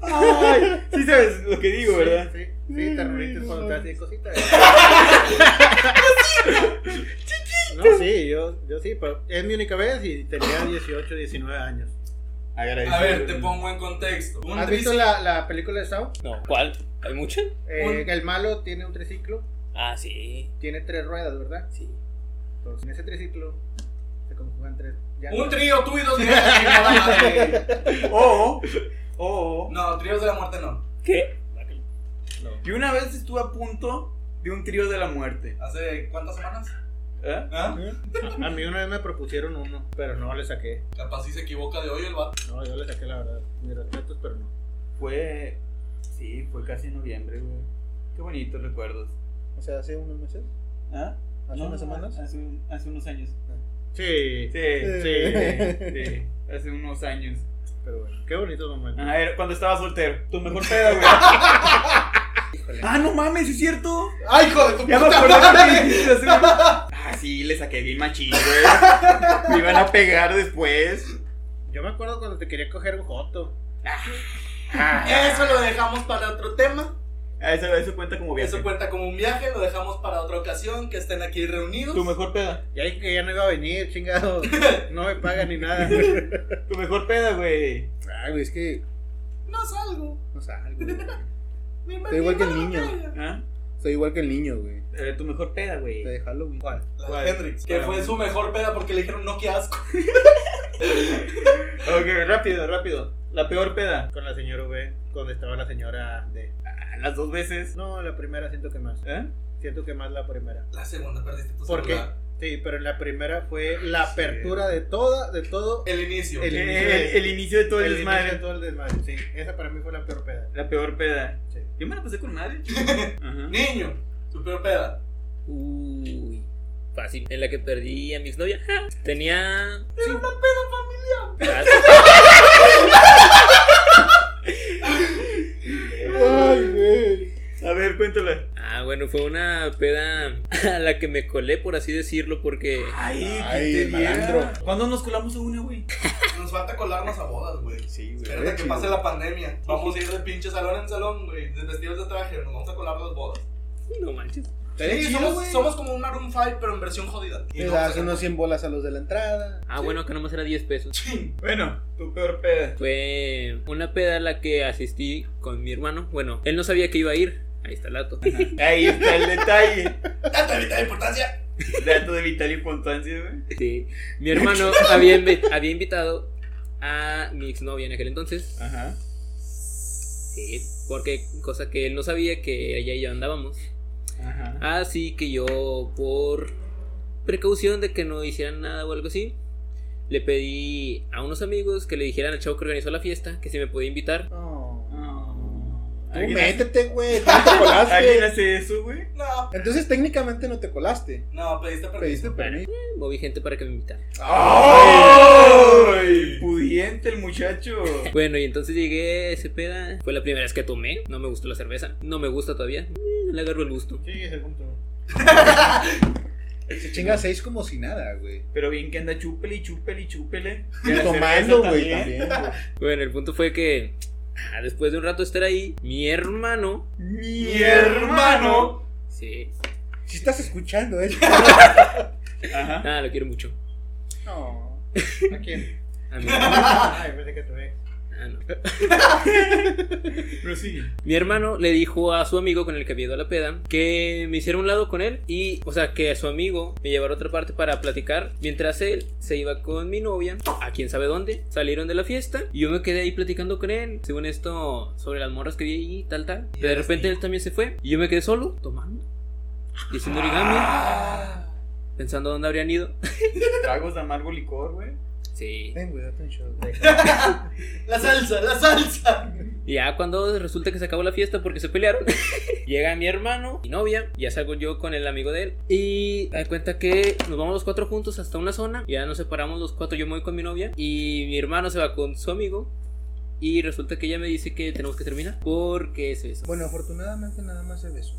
[SPEAKER 2] Ay, sí sabes lo que digo, ¿verdad?
[SPEAKER 3] Sí, sí, terroristas cuando te hacen cositas. No, sí, yo, yo sí, pero es mi única vez y tenía 18, 19 años.
[SPEAKER 2] Agradecido.
[SPEAKER 1] A ver, te pongo en contexto. Un
[SPEAKER 3] ¿Has visto
[SPEAKER 1] trici-
[SPEAKER 3] la, la película de Sao?
[SPEAKER 4] No, ¿cuál? ¿Hay muchas?
[SPEAKER 3] Eh,
[SPEAKER 1] Un-
[SPEAKER 3] El malo tiene un triciclo,
[SPEAKER 4] Ah, sí.
[SPEAKER 3] tiene tres ruedas, ¿verdad?
[SPEAKER 4] Sí.
[SPEAKER 3] Entonces, en ese triciclo se conjugan van tres. Ya
[SPEAKER 1] Un
[SPEAKER 3] no.
[SPEAKER 1] trío, tú y dos viejas, chingada madre.
[SPEAKER 2] O, o,
[SPEAKER 1] No, tríos de la muerte no.
[SPEAKER 2] ¿qué? Y una vez estuve a punto de un trío de la muerte.
[SPEAKER 1] ¿Hace cuántas semanas?
[SPEAKER 2] ¿Eh?
[SPEAKER 1] ¿Ah?
[SPEAKER 3] A mí una vez me propusieron uno, pero no le saqué.
[SPEAKER 1] Capaz si se equivoca de hoy el vato.
[SPEAKER 3] No, yo le saqué la verdad. Mis respetos, pero no.
[SPEAKER 2] Fue. Sí, fue casi en noviembre, güey. Qué bonitos recuerdos.
[SPEAKER 5] O sea, hace unos meses,
[SPEAKER 2] ¿Ah?
[SPEAKER 5] hace
[SPEAKER 2] No,
[SPEAKER 5] unas semanas.
[SPEAKER 2] Hace, un- hace unos años.
[SPEAKER 3] Sí,
[SPEAKER 2] Sí, sí,
[SPEAKER 5] Sí.
[SPEAKER 2] sí. Hace unos años.
[SPEAKER 3] pero bueno. Qué bonito momento.
[SPEAKER 2] Ah, era cuando estaba soltero. Tu mejor peda, güey.
[SPEAKER 4] Híjole.
[SPEAKER 2] ah, no mames, ¿sí ¿es cierto?
[SPEAKER 1] ¡Ay, hijo de tu
[SPEAKER 2] Ya me acordé que me dijiste hace un- Ah, sí, le saqué bien machín, güey. Me iban a pegar después.
[SPEAKER 3] Yo me acuerdo cuando te quería coger un joto.
[SPEAKER 1] Eso lo dejamos para otro tema.
[SPEAKER 2] Ah, Eso, eso cuenta como viaje.
[SPEAKER 1] Eso cuenta como un viaje, lo dejamos para otra ocasión, que estén aquí reunidos.
[SPEAKER 2] Tu mejor peda.
[SPEAKER 3] Ya dije que ya no iba a venir, chingado. No me pagan ni nada.
[SPEAKER 2] Tu mejor peda, güey.
[SPEAKER 3] Ay, güey, es que
[SPEAKER 1] No salgo.
[SPEAKER 3] no salgo. güey.
[SPEAKER 1] Mi
[SPEAKER 5] Estoy igual que el niño.
[SPEAKER 2] ¿Ah?
[SPEAKER 5] Soy igual que el niño, güey.
[SPEAKER 2] Eh, tu mejor peda, güey.
[SPEAKER 5] De Halloween.
[SPEAKER 1] La
[SPEAKER 2] ¿Cuál?
[SPEAKER 1] de Hendrix. Que
[SPEAKER 2] Para
[SPEAKER 1] fue
[SPEAKER 2] mí.
[SPEAKER 1] su mejor peda porque le dijeron, no, qué asco.
[SPEAKER 2] Ok, rápido, rápido. La peor peda.
[SPEAKER 3] Con la señora V, cuando estaba la señora D.
[SPEAKER 2] Ah, Las dos veces.
[SPEAKER 3] No, la primera siento que más.
[SPEAKER 2] ¿Eh?
[SPEAKER 3] Siento que más la primera.
[SPEAKER 1] La segunda perdiste tu
[SPEAKER 3] ¿Por
[SPEAKER 1] celular.
[SPEAKER 3] Sí, pero la primera
[SPEAKER 2] Ah,
[SPEAKER 3] fue la apertura de toda, de todo
[SPEAKER 1] El inicio.
[SPEAKER 2] El,
[SPEAKER 3] El inicio
[SPEAKER 2] Eh, el-
[SPEAKER 3] de-
[SPEAKER 2] el inicio de todo el,
[SPEAKER 3] el
[SPEAKER 2] desmadre.
[SPEAKER 3] inicio de todo el desmadre. Sí, esa para mí fue la peor peda.
[SPEAKER 2] La peor peda.
[SPEAKER 3] Sí.
[SPEAKER 2] Yo me la pasé con madre. Ajá.
[SPEAKER 1] Niño, tu peor peda.
[SPEAKER 4] Uy. Fácil. En la que perdí a mi exnovia. Ja. Tenía. Era una peda
[SPEAKER 5] Ay, güey.
[SPEAKER 2] A ver, cuéntala.
[SPEAKER 4] Ah, bueno, fue una peda a la que me colé, por así decirlo, porque.
[SPEAKER 2] Ay, que
[SPEAKER 5] Ay,
[SPEAKER 2] te viera.
[SPEAKER 5] malandro.
[SPEAKER 2] ¿Cuándo nos colamos a una, güey?
[SPEAKER 1] Nos falta colarnos a bodas, güey.
[SPEAKER 2] Sí,
[SPEAKER 1] Espérate que pase la pandemia. Vamos a ir de pinche salón en salón, güey. De vestidos de traje. Nos vamos a colar las bodas.
[SPEAKER 4] No manches.
[SPEAKER 1] Sí,
[SPEAKER 3] chido,
[SPEAKER 1] somos,
[SPEAKER 3] güey.
[SPEAKER 1] somos como un Maroon 5, pero en versión jodida. Y
[SPEAKER 5] Le
[SPEAKER 1] no
[SPEAKER 5] das
[SPEAKER 1] sé-
[SPEAKER 5] unos 100 bolas a los de la entrada.
[SPEAKER 4] Ah, bueno, que nomás era 10 pesos.
[SPEAKER 1] Chin.
[SPEAKER 2] Bueno, tu peor peda.
[SPEAKER 4] Fue una peda a la que asistí con mi hermano. Bueno, él no sabía que iba a ir. Ahí está el dato.
[SPEAKER 2] Ahí está el detalle.
[SPEAKER 1] Tanta vital importancia.
[SPEAKER 2] Dato de vital importancia, güey.
[SPEAKER 4] Sí. Mi hermano había, invi- había invitado a mi exnovia en aquel entonces.
[SPEAKER 2] Ajá.
[SPEAKER 4] Sí, porque cosa que él no sabía que ella y yo andábamos.
[SPEAKER 2] Ajá.
[SPEAKER 4] Así que yo, por precaución de que no hicieran nada o algo así, le pedí a unos amigos que le dijeran al chavo que organizó la fiesta que si me podía invitar.
[SPEAKER 5] Tú
[SPEAKER 2] Oh. ¿Alguien,
[SPEAKER 5] métete, güey. Tú no
[SPEAKER 2] hace,
[SPEAKER 5] te
[SPEAKER 2] ¿Alguien
[SPEAKER 5] colaste.
[SPEAKER 2] hace eso, güey?
[SPEAKER 1] No.
[SPEAKER 5] Entonces técnicamente no te colaste.
[SPEAKER 1] No, pediste permiso.
[SPEAKER 5] Pediste permiso.
[SPEAKER 4] Eh, Moví gente para que me invitara.
[SPEAKER 2] ¡Ay! Pudiente el muchacho.
[SPEAKER 4] Bueno, y entonces llegué se peda. Fue la primera vez que tomé. No me gustó la cerveza. No me gusta todavía. Mm, Le agarro el gusto.
[SPEAKER 3] Sí, ese punto.
[SPEAKER 5] Se chinga seis como si nada, güey.
[SPEAKER 2] Pero bien que anda chúpele y chúpele y chúpele. Y la
[SPEAKER 5] Tomando,
[SPEAKER 2] cerveza
[SPEAKER 5] güey, también. güey.
[SPEAKER 4] Bueno, el punto fue que ah, después de un rato de estar ahí, mi hermano.
[SPEAKER 2] Mi hermano.
[SPEAKER 4] Sí.
[SPEAKER 5] Si estás escuchando eso.
[SPEAKER 2] Ajá.
[SPEAKER 4] Nada, lo quiero mucho.
[SPEAKER 3] No. ¿A quién?
[SPEAKER 4] A mi
[SPEAKER 3] Ay, pensé que te ve.
[SPEAKER 4] Ah, no.
[SPEAKER 2] Pero sí.
[SPEAKER 4] Mi hermano le dijo a su amigo con el que había ido a la peda que me hiciera un lado con él y, o sea, que a su amigo me llevara a otra parte para platicar mientras él se iba con mi novia a quién sabe dónde. Salieron de la fiesta y yo me quedé ahí platicando con él, según esto, sobre las morras que vi ahí, tal, tal. Pero de repente él también se fue y yo me quedé solo tomando, diciendo origami,
[SPEAKER 2] Ah.
[SPEAKER 4] pensando dónde habrían ido.
[SPEAKER 2] Tragos de amargo licor, güey.
[SPEAKER 4] Sí.
[SPEAKER 5] Ten, güey, date un shot, güey.
[SPEAKER 1] La salsa, la salsa.
[SPEAKER 4] Y ya cuando resulta que se acabó la fiesta porque se pelearon, llega mi hermano, mi novia, ya salgo yo con el amigo de él. Y da cuenta que nos vamos los cuatro juntos hasta una zona. Ya nos separamos los cuatro, yo me voy con mi novia. Y mi hermano se va con su amigo. Y resulta que ella me dice que tenemos que terminar porque es eso.
[SPEAKER 5] Bueno, afortunadamente nada más se besó.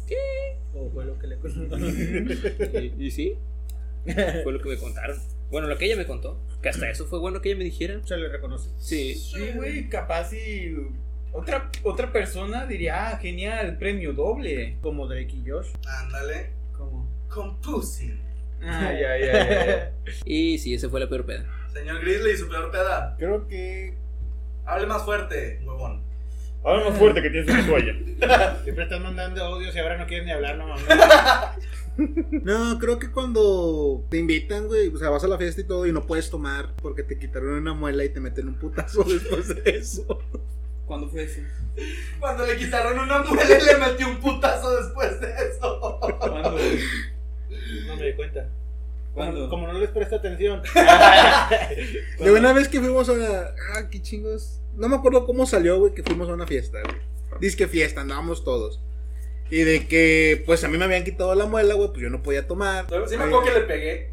[SPEAKER 3] O fue lo que le contó.
[SPEAKER 4] y, y sí, fue lo que me contaron. Bueno, lo que ella me contó, que hasta eso fue bueno que ella me dijera.
[SPEAKER 3] Se le reconoce.
[SPEAKER 4] Sí,
[SPEAKER 2] Sí, güey, capaz si otra, otra persona diría, ah, genial, premio doble.
[SPEAKER 3] Como Drake y Josh.
[SPEAKER 1] Ándale.
[SPEAKER 2] ¿Cómo?
[SPEAKER 1] Con pussy.
[SPEAKER 2] Ah, ya, ya, ya, ya.
[SPEAKER 4] y sí, esa fue la peor peda.
[SPEAKER 1] Señor Grizzly, su peor peda.
[SPEAKER 5] Creo que.
[SPEAKER 1] Hable más fuerte, huevón.
[SPEAKER 3] Habla más fuerte que tienes una toalla. Siempre estás mandando audios y ahora no quieres ni hablar, no mames.
[SPEAKER 5] No, creo que cuando te invitan, güey, o sea, vas a la fiesta y todo y no puedes tomar porque te quitaron una muela y te meten un putazo después de eso.
[SPEAKER 2] ¿Cuándo fue eso?
[SPEAKER 1] Cuando le quitaron una muela y le metió un putazo después de eso.
[SPEAKER 2] ¿Cuándo? güey?
[SPEAKER 6] No me di cuenta.
[SPEAKER 2] ¿Cuándo?
[SPEAKER 3] Como no les presta atención.
[SPEAKER 5] De una vez que fuimos a una... Ah, qué chingos. No me acuerdo cómo salió, güey, que fuimos a una fiesta, güey. Dice que fiesta, andábamos todos. Y de que, pues a mí me habían quitado la muela, güey, pues yo no podía tomar.
[SPEAKER 1] Sí me acuerdo que le pegué.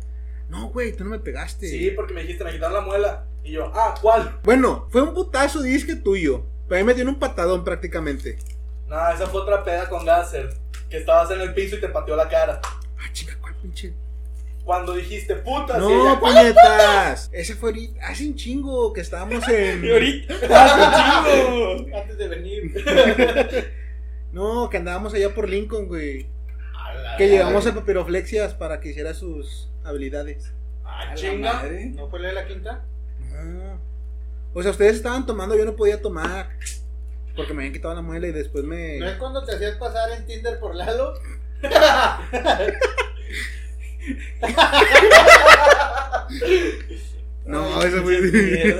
[SPEAKER 5] No, güey, tú no me pegaste.
[SPEAKER 1] Sí, porque me dijiste, me quitaron la muela. Y yo, ah, ¿cuál?
[SPEAKER 5] Bueno, fue un putazo, dice que tuyo. Pero a mí me dieron un patadón prácticamente.
[SPEAKER 1] No, esa fue otra peda con Gasser. Que estabas en el piso y te pateó la cara.
[SPEAKER 5] Ah, chica, ¿cuál pinche?
[SPEAKER 1] Cuando dijiste, puta,
[SPEAKER 5] No,
[SPEAKER 1] sí, ella,
[SPEAKER 5] puñetas. Ese fue ahorita, hace un chingo que estábamos en.
[SPEAKER 6] Y ahorita.
[SPEAKER 2] Ah,
[SPEAKER 1] antes de venir.
[SPEAKER 5] No, que andábamos allá por Lincoln, güey.
[SPEAKER 1] Ah,
[SPEAKER 5] Que llevamos a Papiroflexias para que hiciera sus habilidades.
[SPEAKER 1] Ah,
[SPEAKER 2] A la
[SPEAKER 1] chinga.
[SPEAKER 2] madre.
[SPEAKER 3] ¿No fue la de la quinta?
[SPEAKER 5] Ah. O sea, ustedes estaban tomando, yo no podía tomar. Porque me habían quitado la muela y después me.
[SPEAKER 3] ¿No es cuando te hacías pasar en Tinder por Lalo?
[SPEAKER 5] No,
[SPEAKER 3] Ay,
[SPEAKER 5] eso
[SPEAKER 3] Es
[SPEAKER 5] fue.
[SPEAKER 3] que,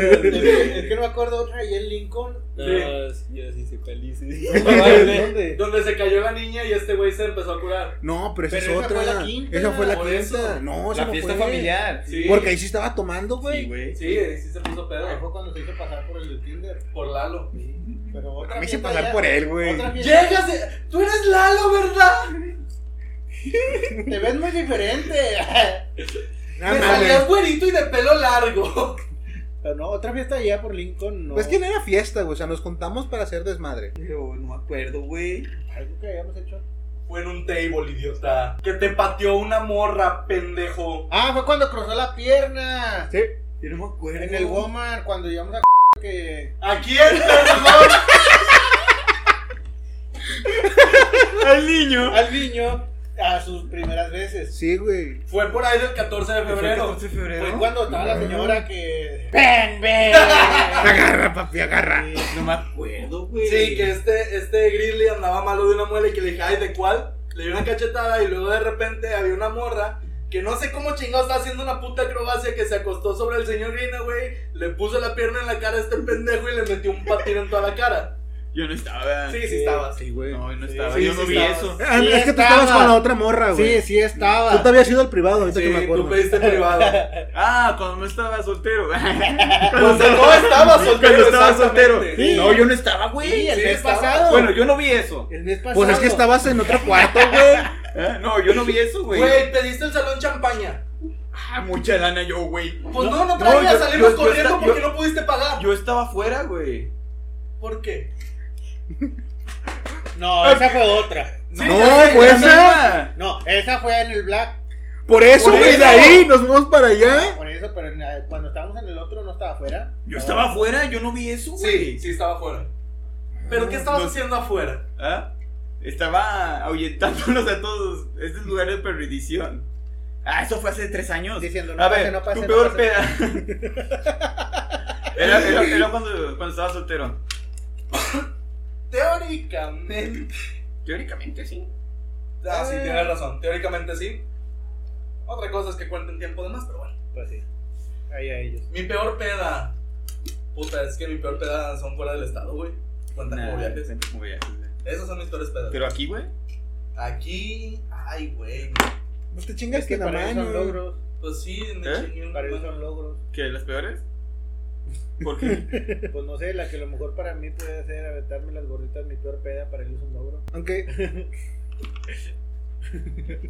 [SPEAKER 3] es que no me acuerdo otra ahí en Lincoln.
[SPEAKER 4] No, yo Ah, sí soy feliz.
[SPEAKER 3] ¿Dónde?
[SPEAKER 1] Donde se cayó la niña y este güey se empezó a curar.
[SPEAKER 5] No, pero esa
[SPEAKER 3] Pero
[SPEAKER 5] es
[SPEAKER 3] esa
[SPEAKER 5] otra.
[SPEAKER 3] fue la quinta,
[SPEAKER 5] Esa fue la
[SPEAKER 1] por
[SPEAKER 5] quinta.
[SPEAKER 1] eso.
[SPEAKER 5] No, esa
[SPEAKER 6] La
[SPEAKER 5] no
[SPEAKER 6] fiesta
[SPEAKER 5] fue.
[SPEAKER 6] familiar.
[SPEAKER 1] Sí.
[SPEAKER 5] Porque ahí sí estaba tomando, güey.
[SPEAKER 6] Sí, güey.
[SPEAKER 1] Sí, sí se puso
[SPEAKER 3] Ahí
[SPEAKER 1] pedo.
[SPEAKER 3] Fue cuando se hizo pasar por el de Tinder.
[SPEAKER 1] Por Lalo.
[SPEAKER 3] Pero otra
[SPEAKER 5] me hice
[SPEAKER 3] fiesta
[SPEAKER 5] pasar
[SPEAKER 3] ya-
[SPEAKER 5] por él, güey.
[SPEAKER 3] otra fiesta-
[SPEAKER 1] Llegas, y- tú eres Lalo, ¿verdad?
[SPEAKER 3] Te ves muy diferente.
[SPEAKER 5] No
[SPEAKER 1] Me
[SPEAKER 5] mames.
[SPEAKER 1] salías güerito y de pelo largo.
[SPEAKER 3] Pero no, otra fiesta allá por Lincoln. No.
[SPEAKER 5] Pues que no era fiesta, güey. O sea, nos contamos para hacer desmadre.
[SPEAKER 2] Pero no me acuerdo, güey.
[SPEAKER 3] Algo que habíamos hecho.
[SPEAKER 1] Fue en un table, idiota. Que te pateó una morra, pendejo.
[SPEAKER 3] Ah, fue cuando cruzó la pierna.
[SPEAKER 5] Sí.
[SPEAKER 2] Yo no me acuerdo.
[SPEAKER 3] En el Woman, cuando llevamos a que.
[SPEAKER 1] ¿A quién, perdón?
[SPEAKER 6] El niño.
[SPEAKER 3] Al niño a sus primeras veces.
[SPEAKER 5] Sí, güey.
[SPEAKER 1] Fue por ahí del 14 de febrero.
[SPEAKER 2] de
[SPEAKER 3] Fue
[SPEAKER 2] febrero?
[SPEAKER 3] cuando estaba la señora que.
[SPEAKER 5] Ah, Agarra, papi, agarra.
[SPEAKER 2] No me acuerdo, güey.
[SPEAKER 1] Sí, que este, este Grizzly andaba malo de una muela y que le dije, ay, ¿de cuál? Le dio una cachetada y luego de repente había una morra que no sé cómo chingado está haciendo una puta acrobacia que se acostó sobre el señor Greenaway, le puso la pierna en la cara a este pendejo y le metió un patín en toda la cara.
[SPEAKER 2] Yo no estaba.
[SPEAKER 1] Sí, sí estabas.
[SPEAKER 5] Sí, güey.
[SPEAKER 2] No, yo no estaba.
[SPEAKER 1] Sí,
[SPEAKER 2] yo
[SPEAKER 1] sí
[SPEAKER 2] no vi
[SPEAKER 1] estabas.
[SPEAKER 2] eso.
[SPEAKER 5] Ah,
[SPEAKER 3] Sí
[SPEAKER 5] es que tú
[SPEAKER 3] estaba.
[SPEAKER 5] estabas con la otra morra, güey.
[SPEAKER 3] sí estaba.
[SPEAKER 5] Tú te habías ido al privado, ahorita
[SPEAKER 1] Sí,
[SPEAKER 5] que me
[SPEAKER 1] tú
[SPEAKER 5] acuerdo.
[SPEAKER 1] pediste privado.
[SPEAKER 2] Ah, cuando no estaba soltero.
[SPEAKER 1] Cuando no estaba soltero.
[SPEAKER 2] Cuando estaba
[SPEAKER 1] exactamente.
[SPEAKER 2] soltero. No, yo no estaba,
[SPEAKER 3] Sí,
[SPEAKER 2] güey.
[SPEAKER 3] el
[SPEAKER 1] sí
[SPEAKER 3] mes
[SPEAKER 1] estaba.
[SPEAKER 3] pasado.
[SPEAKER 2] Bueno, yo no vi eso.
[SPEAKER 3] el mes pasado.
[SPEAKER 5] Pues es que estabas en otro cuarto, güey.
[SPEAKER 2] ¿Eh? No, yo no vi eso, güey.
[SPEAKER 1] Güey, pediste el salón champaña.
[SPEAKER 2] Ah, mucha lana yo, güey.
[SPEAKER 1] Pues no, no, traía,
[SPEAKER 2] yo-
[SPEAKER 1] salimos
[SPEAKER 2] yo- yo
[SPEAKER 1] corriendo
[SPEAKER 2] esta-
[SPEAKER 1] porque
[SPEAKER 2] yo-
[SPEAKER 1] no pudiste pagar.
[SPEAKER 2] Yo estaba afuera, güey.
[SPEAKER 1] ¿Por qué?
[SPEAKER 5] Ah,
[SPEAKER 3] No, esa fue otra.
[SPEAKER 5] No, pues,
[SPEAKER 3] No, esa fue en el Black.
[SPEAKER 5] Por eso,
[SPEAKER 2] Por
[SPEAKER 5] güey,
[SPEAKER 2] eso.
[SPEAKER 5] de ahí nos fuimos para allá.
[SPEAKER 3] Por eso, pero en- eh, cuando estábamos en el otro no estaba afuera.
[SPEAKER 2] Yo estaba afuera, yo no vi eso, güey.
[SPEAKER 1] Sí, sí estaba afuera. ¿Pero qué estabas
[SPEAKER 2] no-
[SPEAKER 1] haciendo afuera?
[SPEAKER 2] ¿Ah? Estaba ahuyentándolos a todos. Este es lugar de perdición. Ah, eso fue hace tres años.
[SPEAKER 3] Diciendo, no
[SPEAKER 2] a
[SPEAKER 3] pase,
[SPEAKER 2] ver,
[SPEAKER 3] no pase,
[SPEAKER 2] tu
[SPEAKER 3] no
[SPEAKER 2] peor
[SPEAKER 3] pase.
[SPEAKER 2] peda. era era, era cuando, cuando estaba soltero.
[SPEAKER 1] Teóricamente.
[SPEAKER 2] Teóricamente, sí.
[SPEAKER 1] Ah, sí, tienes razón. Teóricamente sí. Otra cosa es que cuenten tiempo de más, pero bueno.
[SPEAKER 3] Pues sí. Ahí a ellos.
[SPEAKER 1] Mi peor peda. Puta, es que mi peor peda son fuera del estado, güey. Cuentan
[SPEAKER 2] Nah,
[SPEAKER 1] como viajes.
[SPEAKER 2] siempre como viajes, güey.
[SPEAKER 1] Esas son mis peores pedas.
[SPEAKER 2] Pero aquí, güey.
[SPEAKER 1] Aquí. Ay, güey.
[SPEAKER 5] No Pues te chingas
[SPEAKER 3] Es que
[SPEAKER 5] que la
[SPEAKER 3] para eso son
[SPEAKER 5] mano.
[SPEAKER 3] logros.
[SPEAKER 1] Pues sí, me
[SPEAKER 2] ¿Eh?
[SPEAKER 1] chingué una
[SPEAKER 3] Para eso
[SPEAKER 1] mano.
[SPEAKER 3] son logros.
[SPEAKER 2] ¿Qué? ¿Las peores? ¿Por qué?
[SPEAKER 3] Pues no sé, la que a lo mejor para mí puede ser aventarme las gorritas mi peor peda, para él es un logro.
[SPEAKER 5] Aunque
[SPEAKER 1] Hijo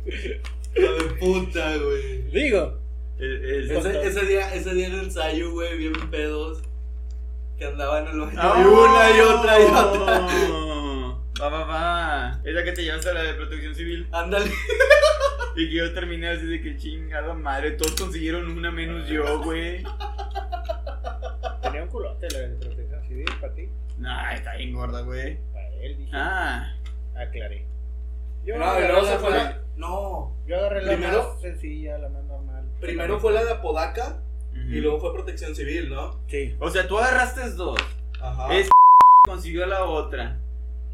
[SPEAKER 1] de puta, güey.
[SPEAKER 3] Digo.
[SPEAKER 2] El- el-
[SPEAKER 1] Ese, ese día, ese día en el ensayo, güey, bien pedos. Que andaba en el baño.
[SPEAKER 2] Ah,
[SPEAKER 1] y una y otra y otra.
[SPEAKER 2] Oh. Va, va, va. Es la que te llevaste a la de protección civil.
[SPEAKER 1] Ándale.
[SPEAKER 2] Y que yo terminé así de que chingada madre. Todos consiguieron una menos yo, güey.
[SPEAKER 3] Tenía un culote la de protección civil para ti.
[SPEAKER 2] Nah, está bien gorda, güey.
[SPEAKER 3] Para él, dije.
[SPEAKER 2] Ah.
[SPEAKER 3] Aclaré. Yo
[SPEAKER 1] No,
[SPEAKER 3] agarré
[SPEAKER 1] y luego
[SPEAKER 3] la
[SPEAKER 1] se fue
[SPEAKER 3] más-
[SPEAKER 1] la- No.
[SPEAKER 3] Yo agarré la
[SPEAKER 1] Primero-
[SPEAKER 3] más sencilla, la más normal.
[SPEAKER 1] Primero fue la de Apodaca
[SPEAKER 2] Mm.
[SPEAKER 1] y luego fue Protección Civil, ¿no?
[SPEAKER 3] Sí.
[SPEAKER 2] O sea, tú agarraste dos.
[SPEAKER 1] Ajá.
[SPEAKER 2] Es- Consiguió la otra.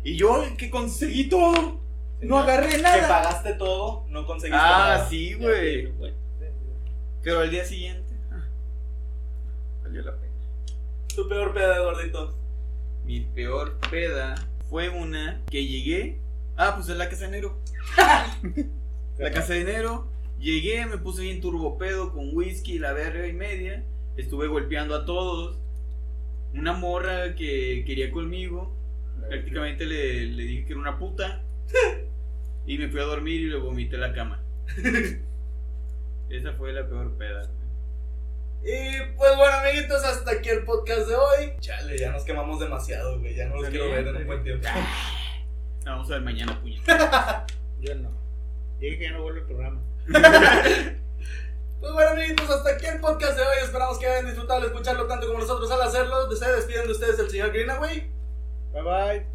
[SPEAKER 2] Y yo el que conseguí todo.
[SPEAKER 1] No agarré
[SPEAKER 2] nada.
[SPEAKER 1] Que pagaste todo, no conseguiste nada.
[SPEAKER 2] Ah, sí, güey.
[SPEAKER 4] Bueno,
[SPEAKER 2] Pero al día siguiente. ah, Valió la pena.
[SPEAKER 1] Tu peor peda, gordito.
[SPEAKER 2] Mi peor peda fue una que llegué. Ah, pues en la casa de enero. la casa de enero. Llegué, me puse bien turbo pedo con whisky, la verga y media. Estuve golpeando a todos. Una morra que quería conmigo. Prácticamente le, le dije que era una puta. Y me fui a dormir y le vomité la cama. Esa fue la peor peda.
[SPEAKER 1] Y pues bueno, amiguitos, hasta aquí el podcast de hoy. Chale, ya nos quemamos demasiado, güey. Ya no los
[SPEAKER 2] Está
[SPEAKER 1] quiero
[SPEAKER 2] bien,
[SPEAKER 1] ver en un
[SPEAKER 2] está
[SPEAKER 1] buen tiempo.
[SPEAKER 2] La vamos a ver mañana, puñet.
[SPEAKER 3] Yo no. Dije que ya no vuelve el programa.
[SPEAKER 1] Pues bueno, amiguitos, hasta aquí el podcast de hoy. Esperamos que hayan disfrutado al escucharlo tanto como nosotros al hacerlo. Se despiden de ustedes el señor Greenaway,
[SPEAKER 3] Bye bye.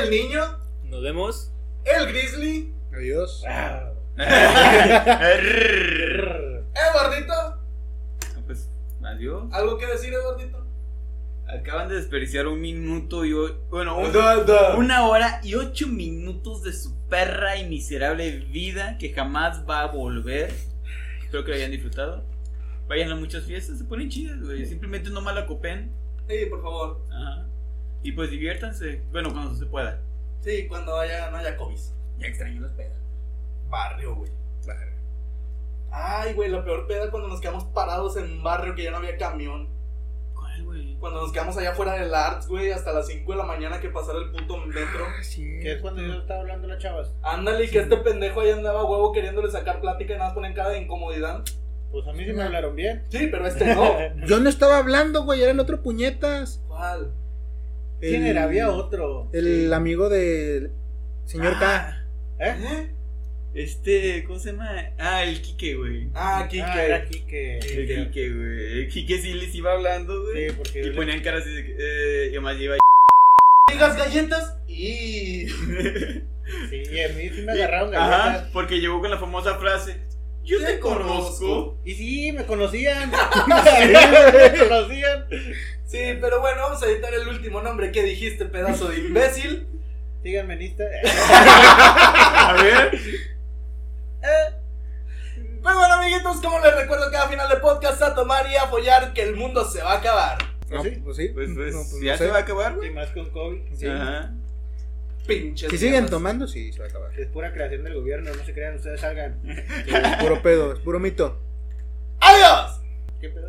[SPEAKER 1] el niño,
[SPEAKER 4] Nos vemos.
[SPEAKER 1] el grizzly,
[SPEAKER 5] Adiós.
[SPEAKER 2] Ah,
[SPEAKER 1] Eduardito.
[SPEAKER 2] No, Pues, adiós.
[SPEAKER 1] ¿Algo que decir, Eduardito?
[SPEAKER 2] Acaban de desperdiciar un minuto y o- bueno, un-
[SPEAKER 1] Un-
[SPEAKER 2] una hora y ocho minutos de su perra y miserable vida que jamás va a volver. Espero que lo hayan disfrutado. Vayan a muchas fiestas, se ponen chidas, güey. Simplemente no mal acopen.
[SPEAKER 1] Sí, por favor.
[SPEAKER 2] Ajá. Y pues diviértanse. Bueno, cuando se pueda.
[SPEAKER 1] Sí, cuando haya, no haya COVID.
[SPEAKER 2] Ya extraño las pedas.
[SPEAKER 1] Barrio, güey. Ay, güey, la peor peda cuando nos quedamos parados en un barrio que ya no había camión.
[SPEAKER 2] ¿Cuál, güey?
[SPEAKER 1] Cuando nos quedamos allá afuera del Arts, güey, hasta las 5 de la mañana que pasara el puto metro.
[SPEAKER 3] Que es cuando yo estaba hablando a las chavas.
[SPEAKER 1] Ándale, que este pendejo ahí andaba a huevo queriéndole sacar plática y nada más ponen cara de incomodidad.
[SPEAKER 3] Pues a mí sí
[SPEAKER 5] Ah.
[SPEAKER 3] me hablaron bien.
[SPEAKER 1] Sí, pero este no.
[SPEAKER 5] Yo no estaba hablando, güey, era el otro puñetas.
[SPEAKER 1] ¿Cuál?
[SPEAKER 3] ¿Quién
[SPEAKER 5] El-
[SPEAKER 3] era? Había otro.
[SPEAKER 5] El amigo del señor K.
[SPEAKER 3] ¿Eh?
[SPEAKER 1] ¿Eh?
[SPEAKER 2] Ah. Este, ¿cómo se llama? Ah, el Quique, güey.
[SPEAKER 1] Ah,
[SPEAKER 3] Kike.
[SPEAKER 1] Kike.
[SPEAKER 3] era Kike.
[SPEAKER 2] El
[SPEAKER 3] Sí,
[SPEAKER 2] Quique, güey. El Quique sí les iba hablando, güey.
[SPEAKER 3] porque
[SPEAKER 2] y
[SPEAKER 3] yo le-
[SPEAKER 2] ponían caras así de que, eh, y además lleva
[SPEAKER 1] Digas galletas y.
[SPEAKER 3] Sí, y a mí sí me agarraron
[SPEAKER 2] Ajá,
[SPEAKER 3] galletas.
[SPEAKER 2] porque llegó con la famosa frase: Yo te conozco.
[SPEAKER 3] Y sí, me conocían. Sí, me conocían.
[SPEAKER 1] Sí, pero bueno, vamos a editar el último nombre que dijiste, pedazo de imbécil.
[SPEAKER 3] Síganme en Insta.
[SPEAKER 2] A ver,
[SPEAKER 1] ¿Eh? Pues bueno, amiguitos, como les recuerdo cada final de podcast, a tomar y a follar que el mundo se va a acabar.
[SPEAKER 5] No,
[SPEAKER 3] sí.
[SPEAKER 5] pues sí.
[SPEAKER 2] pues, pues,
[SPEAKER 5] No, pues,
[SPEAKER 2] ya
[SPEAKER 5] no
[SPEAKER 2] se
[SPEAKER 5] sé.
[SPEAKER 2] va a acabar, güey.
[SPEAKER 3] Y más con COVID.
[SPEAKER 5] Sí.
[SPEAKER 2] Ajá.
[SPEAKER 1] Pinches.
[SPEAKER 5] Si siguen
[SPEAKER 1] mierdas.
[SPEAKER 5] tomando, sí, se va a acabar.
[SPEAKER 3] Es pura creación del gobierno, no se crean, ustedes salgan.
[SPEAKER 5] Es puro pedo, es puro mito.
[SPEAKER 1] ¡Adiós!
[SPEAKER 3] ¿Qué pedo?